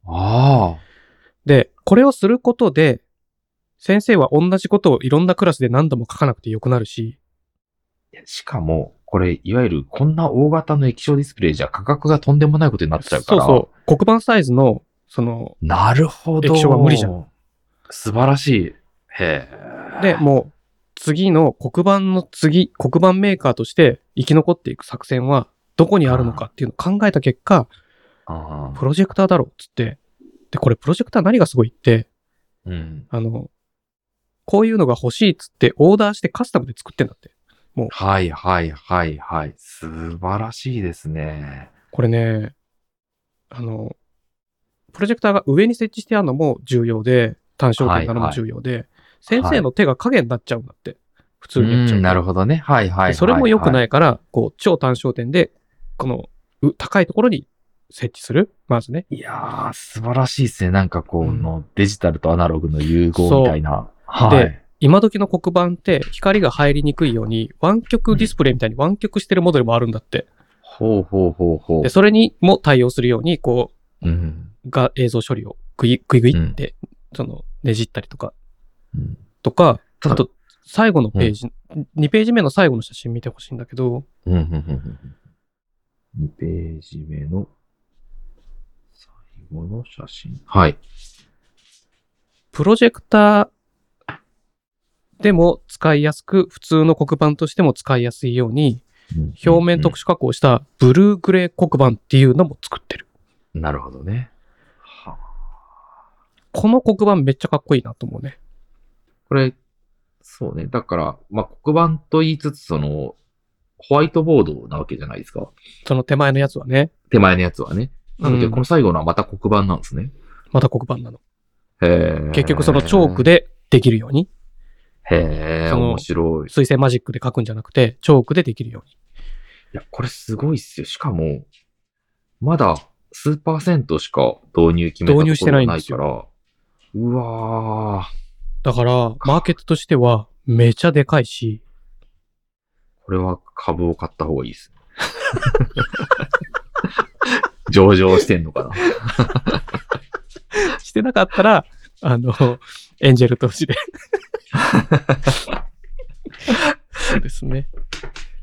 ああ。
う。で、これをすることで、先生は同じことをいろんなクラスで何度も書かなくてよくなるし、
いやしかも、これ、いわゆるこんな大型の液晶ディスプレイじゃ価格がとんでもないことになっちゃうか
そう
ら。
そう。黒板サイズの、その、
なるほど。
液晶は無理じゃん。
素晴らしい。へえ。
で、もう、次の黒板の次、黒板メーカーとして生き残っていく作戦は、どこにあるのかっていうのを考えた結果、
あ
プロジェクターだろ、つって。で、これプロジェクター何がすごいって、
ーうん。
あの、こういうのが欲しいっつってオーダーしてカスタムで作ってんだって。
はいはいはいはい。素晴らしいですね。
これね、あの、プロジェクターが上に設置してあるのも重要で、単焦点なのも重要で、先生の手が影になっちゃうんだって。普通にやっちゃ
う
うんと。
なるほどね。はいはいはい、はい。。
でそれも良くないいから、こう、超単焦点で、この、う高いところに設置する。まずね。
いやー、素晴らしいですね。なんかこう、
うん
のデジタルとアナログの融合みたいな。はい。
で今時の黒板って光が入りにくいように、湾曲ディスプレイみたいに湾曲してるモデルもあるんだって。
ほうほうほうほう
で、。それにも対応するように、こう、
うん。
が映像処理をグイグイグイって、その、ねじったりとか、
うん
とか、
ただ
あと、最後のページ、2ページ目の最後の写真見てほしいんだけど、
うん、うん、うん。2ページ目の最後の写真。はい。
プロジェクターでも使いやすく、普通の黒板としても使いやすいように、表面特殊加工したブルーグレー黒板っていうのも作ってる。
殊。なるほどね。
この黒板めっちゃかっこいいなと思うね。
これ、そうね。だから、まあ、黒板と言いつつ、その、ホワイトボードなわけじゃないですか。
その手前のやつはね、
手前のやつはね。なので、
うん
この最後のはまた黒板なんですね。
また黒板なの。
へー
結局そのチョーク。でできるように、
へえ、
その
面白い。い
水性マジックで書くんじゃなくて、チョークでできるように。
や、これすごいっすよ。しかも、まだ数パーセントしか導入決めたとこ
導入して
ろ
ない
が
んで
ない
す
か
よ
ら。うわー。
だから、マーケットとしてはめちゃでかいし、
これは株を買った方がい
[laughs]
いです。上場してんのかな
してなかったら、あの、エンジェル投資で。そうですね。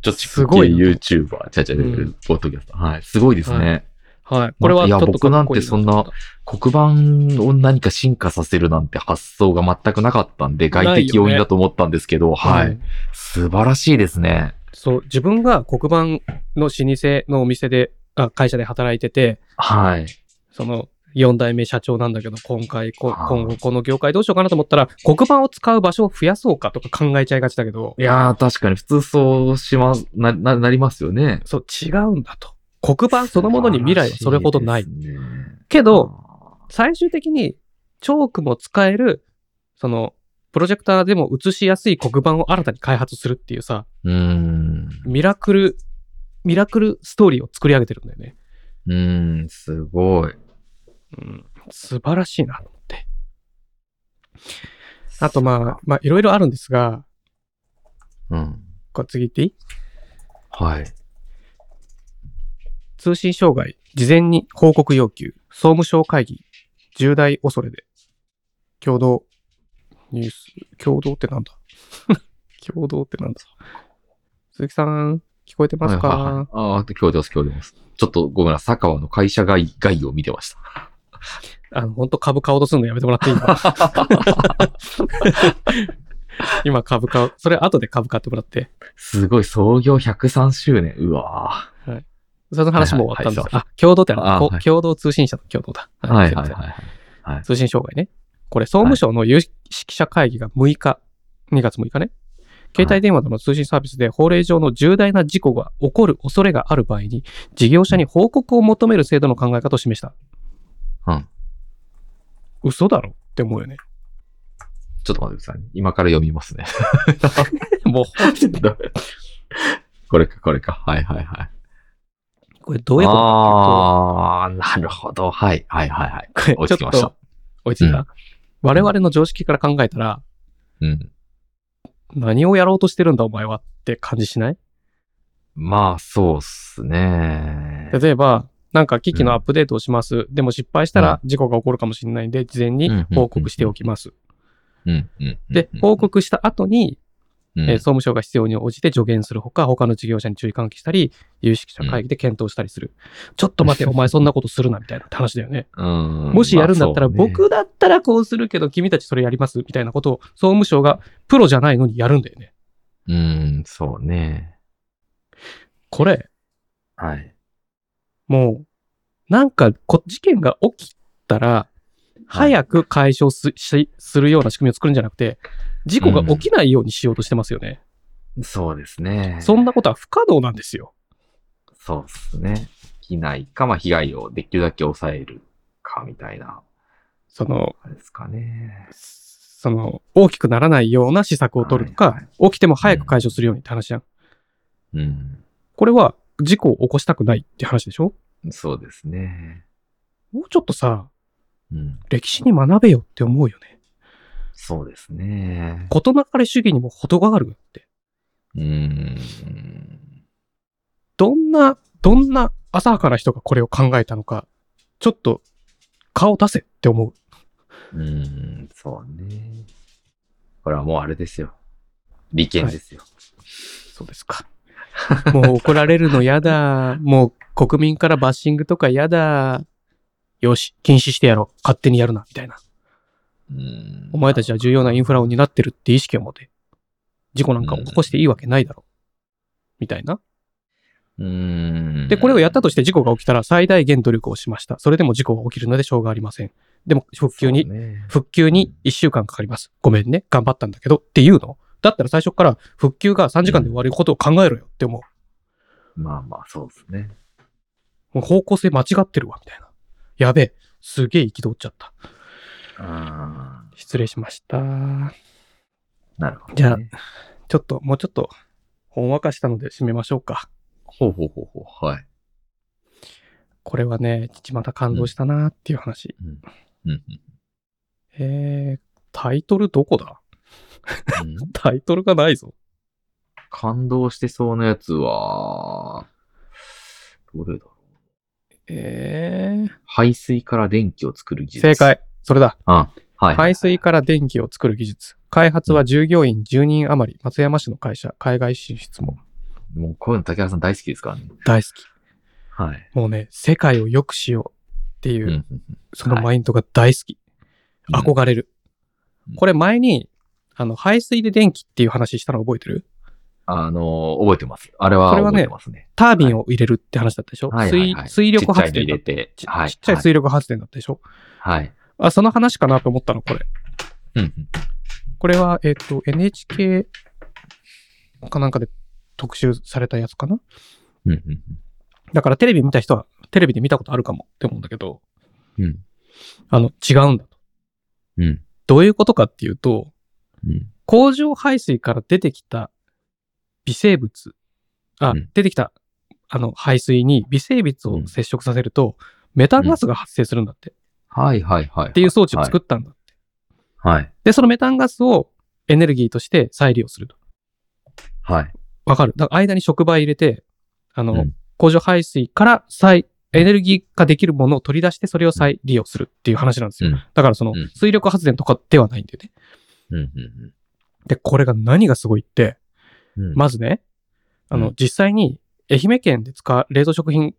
ちょっと
すごい
YouTuber。ちゃちゃ、
うん
ポッドキャスター。はい。すごいですね。
はい。これはちょっと
いや僕な
かっ
んて
こいいと思った
黒板を何か進化させるなんて発想が全くなかったんで、外的要因だと思ったんですけど、は
う
い
ん。
素晴らしいですね。
そう、自分が黒板の老舗のお店で、あ会社で働いてて、
はい。
その、4代目社長なんだけど、今回、こ
あー
今後この業界どうしようかなと思ったら、黒板を使う場所を増やそうかとか考えちゃいがちだけど、
いやー、確かに普通そうします、な、な、なりますよね。
そう、違うんだと。黒板そのものに未来はそれほどない。
素晴らしですね
けど、、最終的に、チョークも使える、その、プロジェクターでも映しやすい黒板を新たに開発するっていうさ、
うーん。
ミラクル、ミラクルストーリーを作り上げてるんだよね。
うーん、すごい。
うん、素晴らしいなと思って。あとまあ、まあいろいろあるんですが、
うん。
これ次行っていい
はい。
通信障害、事前に報告要求、総務省会議、重大恐れで、共同、ニュース、共同ってなんだ [laughs] 共同ってなんだ鈴木さん、聞こえてますか、
はいはいはいああ、今日です、今日です。ちょっとごめんなさい、佐川の会社概概要を見てました。
あの、本当株買おうとするのやめてもらっていいか今株買う。それ後で株買ってもらって。
すごい、創業103周年。うわ
その話も終わったんです
はい
が、あ、共同ってある
あ
こ
はい
共同通信社の共同だ。
ぁ。はいはい
すま
はい。
せん通信障害ね。これ、総務省の有識者会議が6日、2月6日ね。携帯電話との通信サービスで法令上の重大な事故が起こる恐れがある場合に、事業者に報告を求める制度の考え方を示した。
うん。
嘘だろって思うよね。
ちょっと待ってくださいね。今から読みますね。 [laughs]
もう、
これか、これか。はいはいはい。
これどういうこと
ああ、なるほど。はいはいはいはい。
これ
追いつきました。
追いついた、
うん
我々の常識から考えたら、
うん。
何をやろうとしてるんだお前はって感じしない
まあ、そうっすね。
例えば、なんか機器のアップデートをします。でも失敗したら事故が起こるかもしれないんで、事前に報告しておきます。
うんうんうん。
で、報告した後に、
う
え
ん、
ー総務省が必要に応じて助言するほか、他の事業者に注意喚起したり、有識者会議で検討したりする。ちょっと待て、お前そんなことするな、みたいな話だよね。
うん
もしやるんだったら、
まあそうね
僕だったらこうするけど、君たちそれやりますみたいなことを、総務省がプロじゃないのにやるんだよね。
うん、そうね。
これ、
はい。
もう、なんかこ、事件が起きたら、早く解消す,し、するような仕組みを作るんじゃなくて、事故が起きないようにしようとしてますよね。
そうですね。
そんなことは不可能なんですよ。
そうですね。機内か、まあ、被害をできるだけ抑えるか、みたいな、
その、
あれですかね。
その、大きくならないような施策を取るとか、
はい
起きても早く解消するようにって話じゃん。
うん。
これは、事故を起こしたくないって話でしょ
そうですね。
もうちょっとさ、
うん。
歴史に学べよって思うよね。
そうですね。
事なかれ主義にも程があるよって。
うん。
どんな、どんな浅はかな人がこれを考えたのか、ちょっと顔出せって思う。
うん。そうね。これはもうあれですよ。利権ですよ。
そうですか。もう怒られるのや [laughs] だ。もう国民からバッシングとかやだ。よし、禁止してやろう。勝手にやるな、みたいな。
うん
お前たちは重要なインフラを担ってるって意識を持て。事故なんか起こしていいわけないだろ。みたいな。
うん。
で、これをやったとして事故が起きたら最大限努力をしました。それでも事故が起きるのでしょうがありません。でも、復旧に
そうね
復旧に1週間かかります。ごめんね。頑張ったんだけど。っていうのだったら最初から復旧が3時間で終わることを考えろよって思う。
まあまあ、そうですね。
もう方向性間違ってるわ、みたいな。やべえ。すげえ憤っちゃった。
あ
失礼しました。
ーなるほど、ね。
じゃあちょっと、もうちょっと、ほんわかしたので締めましょうか。
ほうほうほうほう。はい。
これはね、ちまた感動したなーっていう話。
うん。
えー、タイトルどこだ
うん
タイトルがないぞ。
感動してそうなやつは、どれだろう。
えー、
排水から電気を作る技術。
正。解。それだ。
あ、はい。
排水から電気を作る技術。開発は従業員10人余り。松山市の会社。海外進出も
もうこういうの竹原さん大好きですからね。
大好き。
はい。
もうね、世界を良くしようっていうう、
ん。
そのマインドが大好き。
うん
憧れる。
うん
これ前に、あの、排水で電気っていう話したの覚えてる
あのー、覚えてます。あれは
それは
覚
ね
えてますね。
タービンを入れるって話だったでしょ、
はいはいはい。
水水力発
ち
電
っちゃいの
だ
入れて。
ち
はい。
ちっちゃい水力発電だったでしょ、
はい。はい。
あ、その話かなと思ったの、これ。
うん。
これは、えっ、と、NHK かなんかで特集されたやつかな
うん。うん
だからテレビ見た人は、テレビで見たことあるかもって思うんだけど、
うん。
あの、違うんだと。
うん。
どういうことかっていうと、
うん。
工場排水から出てきた微生物、あ、
うん
出てきた、あの、排水に微生物を接触させると、メタンガスが発生するんだって、
はいはいはい。っ
っていう装置を作ったんだ。
はい。
で、そのメタンガスをエネルギーとして再利用すると。
はい。
わかるだから間に触媒入れて、あの、
うん
工場排水から再、エネルギー化できるものを取り出して、それを再利用するっていう話なんですよ。
うん
だからその
うん、
水力発電とかではないんだよね。
うん。うん
で、これが何がすごいって、
うん。
まずね、あの、
うん
実際に愛媛県で使わ、冷凍食品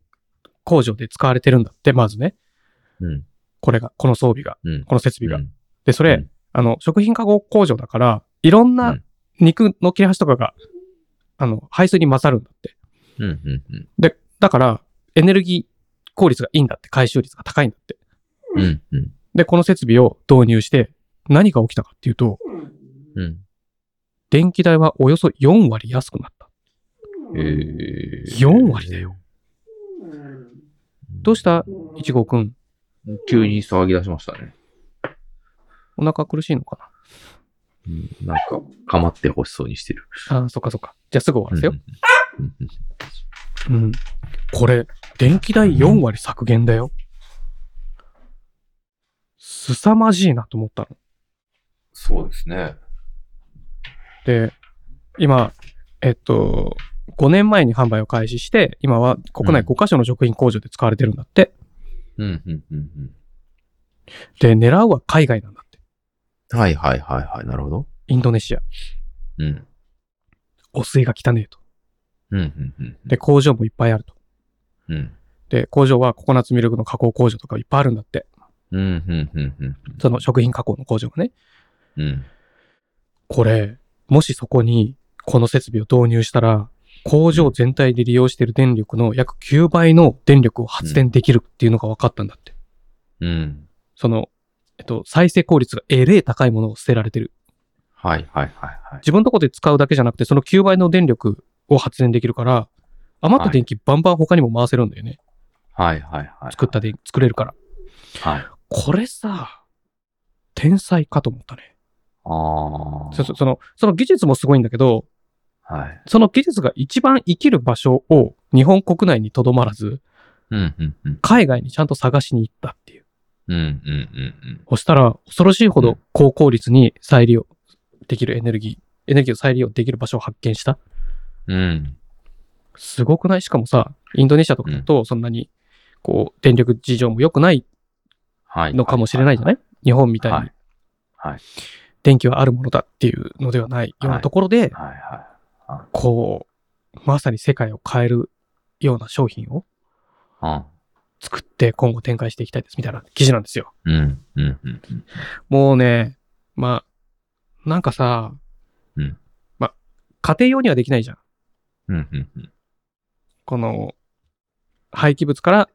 工場で使われてるんだって、まずね、
うん。
これが、この装備が、
うん
この設備
う
が。
ん
で、それ、
うん
あの、食品加工工場だから、いろん
う
なん肉の切れ端とかが、あの、排水に混ざるんだって。
うん。うん。
で、だから、エネルギー効率がいいんだって、回収率が高いんだって。
うん。うん。
で、この設備を導入して、何が起きたかっていうと、
うん。
電気代はおよそ4割安くなった。
えー
4割だよ。どうしたいちごくん。
急に騒ぎ出しましたね。
お腹苦しいのか
なんか、かまってほしそうにしてる。
なああー、そっかそっか。じゃあすぐ終わらせよ
うんうんうん
う。うん。これ、電気代4割削減だよ。凄まじいなと思ったの。
そうですね。
で、今、えっと、5年前に販売を開始して、今は国内
うん
5カ所の食品工場で使われてるんだって。
うん、うん、うん、
で、狙うは海外なんだって。
うん。はい、はい、はい、はい。なるほど。
インドネシア。
うん。
汚水が汚えと。
うん、うん、うん。
で、工場もいっぱいあると。
うん、
で、工場はココナッツミルクの加工工場とかいっぱいあるんだって。
うん、うん、うん、うん。
その食品加工の工場がね。
うん。
これ、もしそこにこの設備を導入したら、工場全体で利用している電力の約9倍の電力を発電できるっていうのが分かったんだって。
うん。
その、えっと、再生効率がえれえ高いものを捨てられてる。
はい、はい、はい、はい。
自分のとこで使うだけじゃなくて、その9倍の電力を発電できるから、余った電気バンバン他にも回せるんだよね。
はい、はい、はい。
作った電作れるから。
はい。
これさ、天才かと思ったね。
ああ。
そそその、その技術もすごいんだけど、
はい。
その技術が一番生きる場所を日本国内にとどまらず、
うん、うん、うん。
海外にちゃんと探しに行ったっていう。
うん、うん、
そしたら、恐ろしいほ
う
ど
ん
高効率に再利用できるエネルギー、エネルギーを再利用できる場所を発見した。
うん。うん。
すごくないしかもさ、インドネシアとかだとそんなに、こう、電力事情も良くない
はい。
のかもしれないじゃないい日本みたいに。
はいはい
電気はあるものだっていうのではないようなところで、
はい、はい。
こう、まさに世界を変えるような商品を
あ
作って今後展開していきたいですみたいな記事なんですよ。
うん、うん、うん、うん。
もうね、まあ、なんかさ、
うん
まあ、家庭用にはできないじゃん。
うん、うん、うん。
この、廃棄物から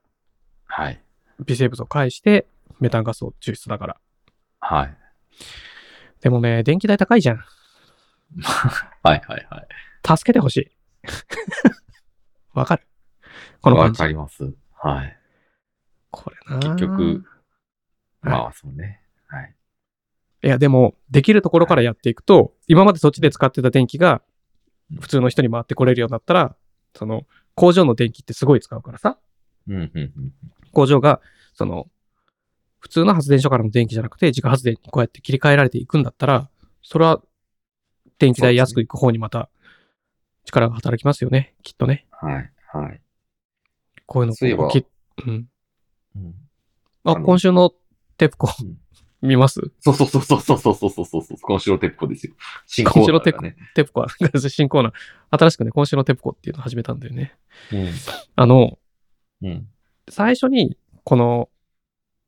はい。
微生物を介して、メタンガスを抽出だから。
はい。
でもね、電気代高いじゃん。
はい、はい、はい。
助けてほしい。 [laughs] わかるこの
わ
感じ
か。ります。はい。
これな
結局。、
はい
まあ、そうね。はい。
いや、でも、できるところからやっていくと、今までそっちで使ってた電気が
うん、
普通の人に回ってこれるようになったら、その、工場の電気ってすごい使うからさ、
うん、うん、うん。
工場が、その、普通の発電所からの電気じゃなくて、自家発電にこうやって切り替えられていくんだったら、それは、電気代安くいく方にまた、力が働きますよね、きっとね。
はい、はい。
こういうの
そういえば
こうきうん。
うん
あ、
あの
今週のテプコ
うん、
見ます
そうそうそうそうそうそうそうそうそう。今週のテッポですよ。新コーナーだね。
テプコは、 [laughs] 新コーナー。新しくね、今週のテプコっていうのを始めたんだよね。
うん。
あの、
うん。
最初に、この、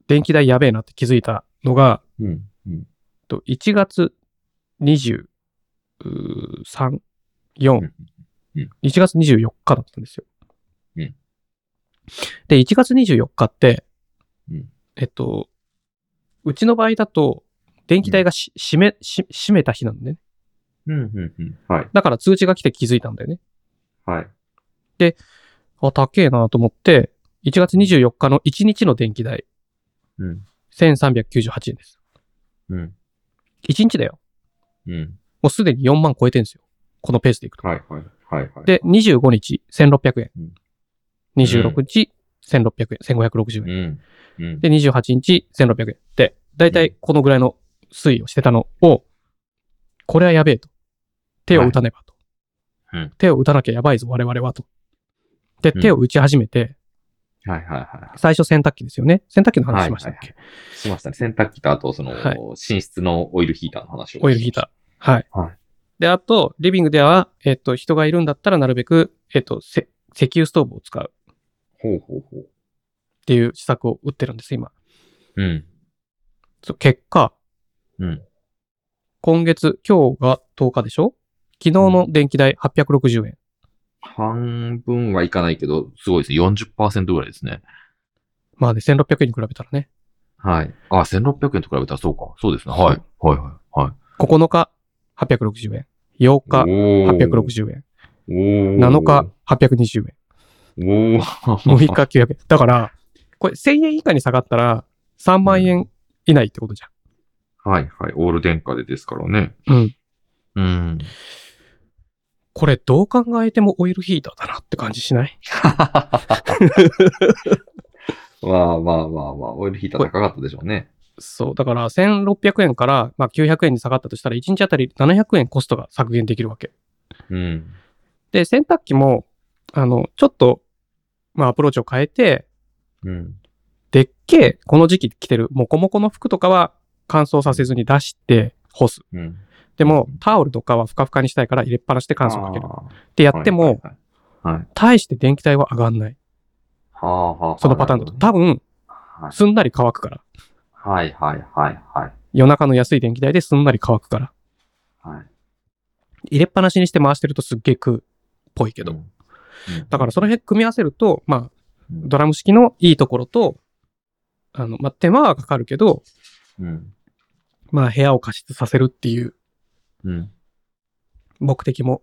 電気代やべえなって気づいたのが、
うん。うん。
と1月23、4、
んうん
1月24日だったんですよ。
うん
で、1月24日って、
うん
えっと、うちの場合だと、電気代がし、閉め、し閉めた日なんでね。
うん。うん。うん。はい。
だから通知が来て気づいたんだよね。
はい。
あ、高えなと思って、1月24日の1日の電気代、
うん。
1398円です。
うん。
1日だよ。
うん。
もうすでに4万超えてんですよ。このペースでいくと。
はい。はい。はい。はい。、
で、25日、1600円
うん。
26日、1600円。
う
1560円。
ん。うん。
で、28日、1600円。で、だいたいこのぐらいの推移をしてたのを、これはやべえと。手を打たねばと。
はいうん
手を打たなきゃやばいぞ、我々はと。で、
うん
手を打ち始めて、
はい。はい。は
最初洗濯機ですよね。洗濯機の話しましたっけ、
はいい。しましたね。洗濯機と、あと、その、
はい
寝室のオイルヒーターの話を。
オイルヒーター。はい。
はい
で、あと、リビングでは、えっと、人がいるんだったら、なるべく、えっと、せ石油ストーブを使うっ
ー。ほうほうほう。
ていう施策を打ってるんです、今。
うん。
そう結果、
うん。
今月、今日が10日でしょ昨日の電気代860円。
半分はいかないけど、すごいですね。40%ぐらいですね。
まあね、1600円に比べたらね。
はい。あ、1600円と比べたらそうか。そうですね。はい。はい。はい。はい。
9日、860円。8日、
860。
860円。
お
7日。、820円。
おお。
6日、900円。だから、これ1000円以下に下がったら、3万円以内ってことじ
[laughs] はいはい。オール電化でですからね。
ゃん。うん。
うん。
これどう考えてもオイルヒーターだなって感じしない
まあまあまあまあ、オイルヒーター高かったでしょうね。
そう。だから1600円から、まあ、900円に下がったとしたら1日あたり700円コストが削減できるわけ。
うん。
で、洗濯機も、あの、ちょっと、まあアプローチを変えて、
うん。
でっけえ、この時期着てるモコモコの服とかは乾燥させずに出して干す。
うん。
でも
うん
タオルとかはふかふかにしたいから入れっぱなしで乾燥かける。ってや
あー
っても、、
はいはいはい。はい
大して電気代は上がんない。
はあはあはあ。
そのパターンだと。多分、
はい
すんなり乾くから。
はいはいはいはい。
夜中の安い電気代ですんなり乾くから。
はい。
入れっぱなしにして回してるとすっげえ食うっぽいけど。
うん。
だからその辺組み合わせると、まあ、
うん
ドラム式のいいところと、あの、まあ、手間はかかるけど、
うん。
まあ、部屋を加湿させるっていう
うん。
目的も、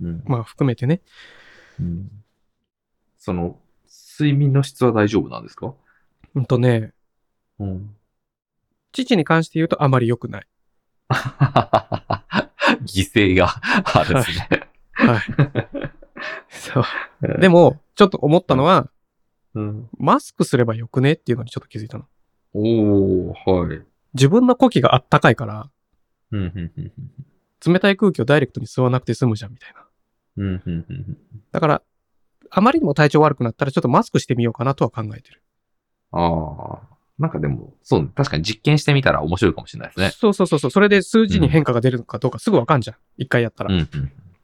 うん。
まあ、含めてね。
うんその、睡眠の質は大丈夫なんですか
うんとね、
うん。
父に関して言うとあまり良くない。
[laughs] 犠牲があるんですね。
そう。 [laughs] でも、ちょっと思ったのは、
うん、
マスクすればよくねっていうのにちょっと気づいたの。
おー、はい。
自分の呼気があったかいから、
うん、うん、うん
冷たい空気をダイレクトに吸わなくて済むじゃんみたいな。
うん、うん、うん。
だから、あまりにも体調悪くなったらちょっとマスクしてみようかなとは考えてる。
ああ。なんかでも、そう、確かに実験してみたら面白いかもしれないですね。
そうそうそうそう。それで数字に変化が出るのかどうかすぐわかんじゃん。一回やったら。
うん、うん、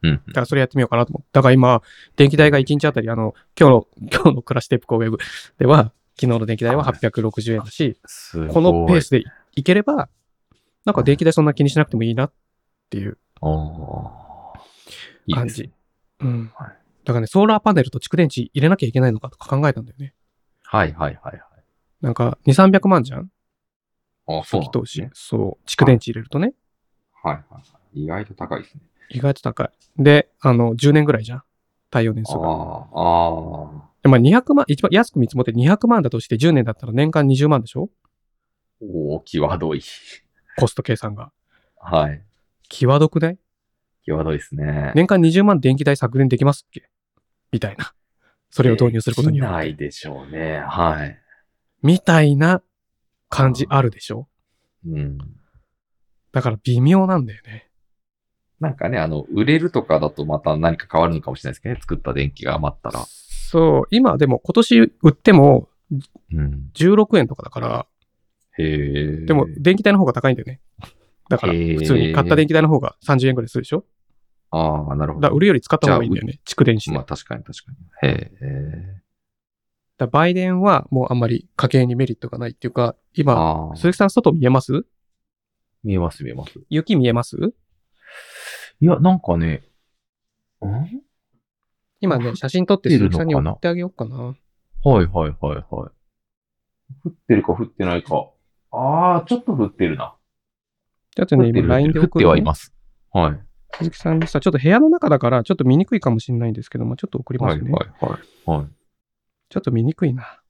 うん。
だからそれやってみようかなと思って。だから今、電気代が1日あたり、あの、今日の、 [laughs] 今日の暮らしテープ工芸部では、昨日の電気代は860円だし、
すごい。
このペースでいければ、なんか電気代そんな気にしなくてもいいなっていう。
ああ。いいですね
感じうん。
はい
だからね、ソーラーパネルと蓄電池入れなきゃいけないのかとか考えたんだよね。
はい、はい、はい。
なんか、2、300万じゃん
はいあそう
初期
なんで
投
す
資。
ね。
そう。蓄電池入れるとね。
はい、はいはい。意外と高いですね。
意外と高い。で、あの、10年ぐらいじゃん太陽年数
あ
が。
あ、ああ。
でまあ200万、一番安く見積もって200万だとして10年だったら年間20万でしょ
おお、際どい。 [laughs]
コスト計算が。
はい。
際どくない
際どいですね。
年間20万電気代削減できますっけみたいな。それを導入することに
でき
よ
ないでしょうね。はい。
みたいな感じあるでしょ
うん。
だから微妙なんだよね。
なんかね、あの、売れるとかだとまた何か変わるのかもしれないですけどね。作った電気が余ったら。
そう、今でも今年売っても
うん。
16円とかだから、
へえ。
でも電気代の方が高いんだよね。だから
へー
普通に買った電気代の方が30円ぐらいするでしょ
ああ、なるほ
だから
ど
売。るより使った方がいいんだよね。蓄電池で。
まあ確かに確かに。へえ。
だからバイデンはもうあんまり家計にメリットがないっていうか、今、
ああ。
鈴木さん外見えます
見えます見えます。
雪見えます
いや、なんかね、ん
今ね、写真撮って
降ってるのかな
鈴木さ
ん
に送ってあげようかな。
はいはいはいはい。
降ってるか降ってないか。ああ、ちょっと降ってるな。
ちょっとね、
降って
今
る
LINE で送る、ね。
す。はい。
鈴木さんでした。ちょっと部屋の中だから、ちょっと見にくいかもしれないんですけども、ちょっと送りま
は
す
い
ね。
はいはい。はい。
ちょっと見にくいな。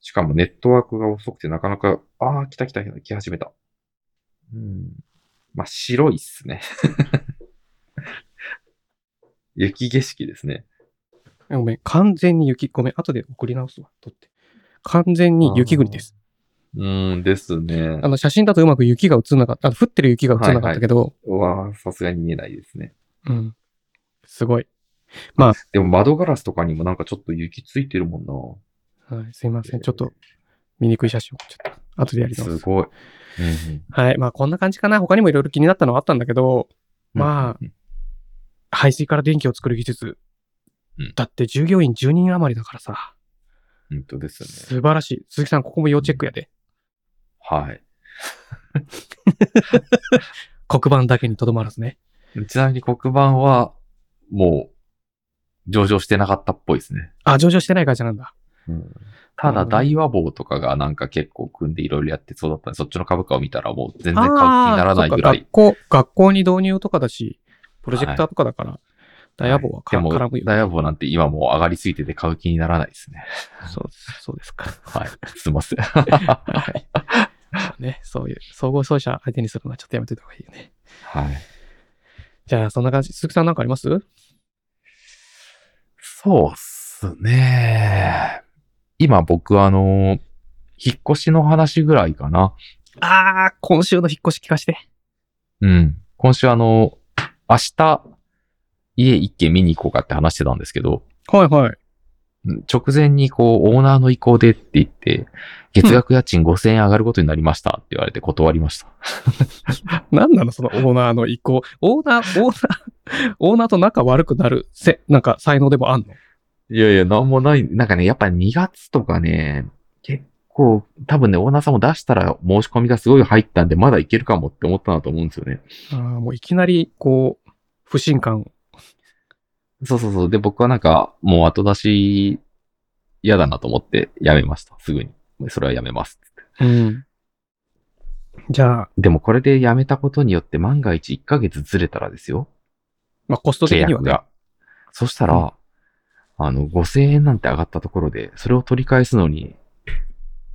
しかもネットワークが遅くてなかなか、ああ、来た来た来た、来始めた。うん。まあ、白いっすね。 [laughs] 雪景色ですね。
ごめん、完全に雪。ごめん、後で送り直すわ。撮って。完全に雪国です。
うんですね
あ。の、写真だとうまく雪が映んなかった。あの降ってる雪が映んなかったけど、
うわあ、さすがに見えないですね。
うん。すごい。
でも窓ガラスとかにもなんかちょっと雪ついてるもんな。
はい、すいません。ちょっと、見にくい写真を、ちょっと、後でやり直
す
す。
ごい。
はい、まあ、こんな感じかな。他にもいろいろ気になったのはあったんだけど、ま
あ。
排水から電気を作る技術。
うん
だって、従業員10人余りだからさ。
本当ですよね。
素晴らしい。鈴木さん、ここも要チェックやで。
はい。
黒板だけにとどまらずね。
ちなみに黒板は、もう、上場してなかったっぽいですね。
あ、上場してない会社なんだ。
た
なる
だ、
ほどね
大和坊とかがなんか結構組んでいろいろやってそうだったんで、そっちの株価を見たらもう全然買う気にならないぐら
あーそ
い
っ。か学校、学校に導入とかだし、プロジェクターとかだから、ダイヤボはか、
でも
絡むよ。
大和坊なんて今もう上がりすぎてて買う気にならないですね。
そう、そうですか。
はい。すい
[laughs]
ません。は
はい。ね、そういう、総合奏者相手にするのはちょっとやめといた方がいいよね。
い。
じゃあ、そんな感じ。鈴木さんなんかあります
そうっすね。今僕あの、引っ越しの話ぐらいかな。
ああ、今週の引っ越し聞かして。
うん。今週あの、明日、家一軒見に行こうかって話してたんですけど、
はいはい。
直前にこう、オーナーの意向でって言って、月額家賃5000円上がることになりましたって言われて断りました。
なんなのそのオーナーの意向。オーナー、オーナー、オーナーと仲悪くなる、せ、なんか才能でもあんの
いやいや、なんもない。なんかね、やっぱ2月とかね、結構、多分ね、オーナーさんも出したら申し込みがすごい入ったんで、まだいけるかもって思ったなと思うんですよね。
ああ、もういきなり、こう、不信感。
そうそうそう。で、僕はなんか、もう後出し、嫌だなと思って、やめました。すぐに。それはやめます。
うん。じゃあ、
でもこれでやめたことによって、万が一1ヶ月ずれたらですよ。
まあ、コスト的
契
には
約
ね。
が。そしたら、あの、5000円なんて上がったところで、それを取り返すのに、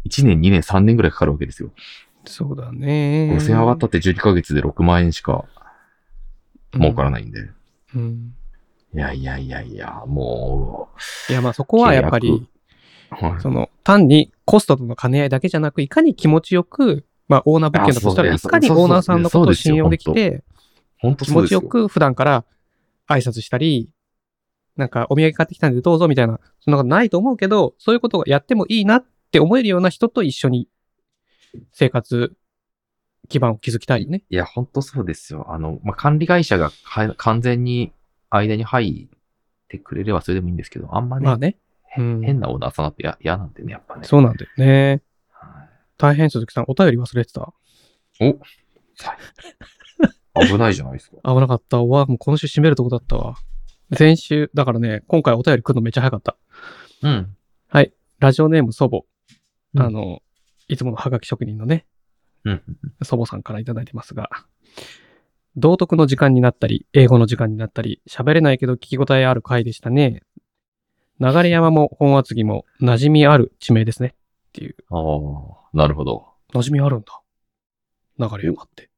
1年、2年、3年ぐらいかかるわけですよ。
そうだね。
5000上がったって12ヶ月で6万円しか儲からないんで。
うん。うん
いやいやいやいや、も
いや、まあそこはやっぱり、
う、はい
その、単にコストとの兼ね合いだけじゃなく、いかに気持ちよく、まあオーナー物件だとしたら、
あ
い
そう
かに
そう
オ
そう
ーナーさんのことを信用でき
そうで
て、
本当
気
そう
持
です
ちよ
よ。
く普段から挨拶したり、なんかお土産買ってきたんでどうぞみたいな、そんなことないと思うけど、そういうことをやってもいいなって思えるような人と一緒に生活基盤を築きたいよね。
いや、本当そうですよ。あの、まあ、管理会社がは完全に間に入ってくれればそれでもいいんですけど、あんまね、
まあね。うん
変なオーナーさんだってや嫌なんでね、やっぱね。
そうなんだよね。
は
大変鈴木さん、お便り忘れてた。
い危ないじゃないですか。
危なかった。わ、もう今週締めるとこだったわ。先週、だからね、今回お便り来るのめっちゃ早かった。
うん。
ラジオネーム祖母。
うん
あの、いつものハガキ職人のね、
うん。
祖母さんからいただいてますが、道徳の時間になったり、英語の時間になったり、喋れないけど聞き応えある回でしたね。流山も本厚木も馴染みある地名ですね。
ああ、なるほど。
馴染みあるんだ。流山って。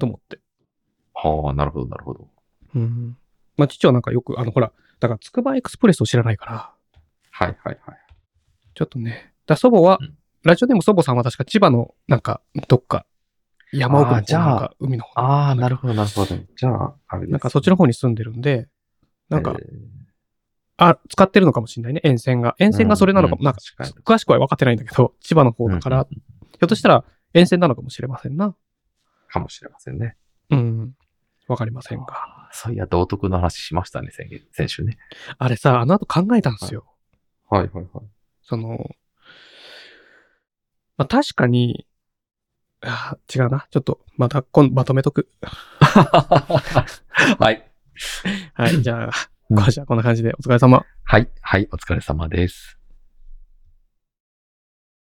と思って。
はあ、なるほど、なるほど。
うん。まあ、父はなんかよく、あの、ほら、だから、つくばエクスプレスを知らないから、
はいはいはい。
ちょっとね。だ祖母は、
うん
ラジオネーム祖母さんは確か千葉の、なんか、どっか、山奥の
あーじ
方
ゃあ
なんか、海の方
ああ、なるほど、なるほど。じゃあ、あれです、
なんかそっちの方に住んでるんで、なんか、
えー
あ、使ってるのかもしれないね、沿線が。沿線がそれなのかも、
うんうん
なんか、
確かに
詳しくは分かってないんだけど、千葉の方だから、
うん
ひょっとしたら沿線なのかもしれませんな。
かもしれませんね。
うん。わかりませんが。
あーそういや、道徳の話しましたね、先月先週ね。
あれさ、あの後考えたんですよ。
はいはいはい。
その、まあ、確かに、あー違うな。ちょっと、また、今度まとめとく。
[laughs] はい。
はい、じゃあ、
うん
[laughs] 今週はこんな感じでお疲れ様。
はい、はい、お疲れ様です。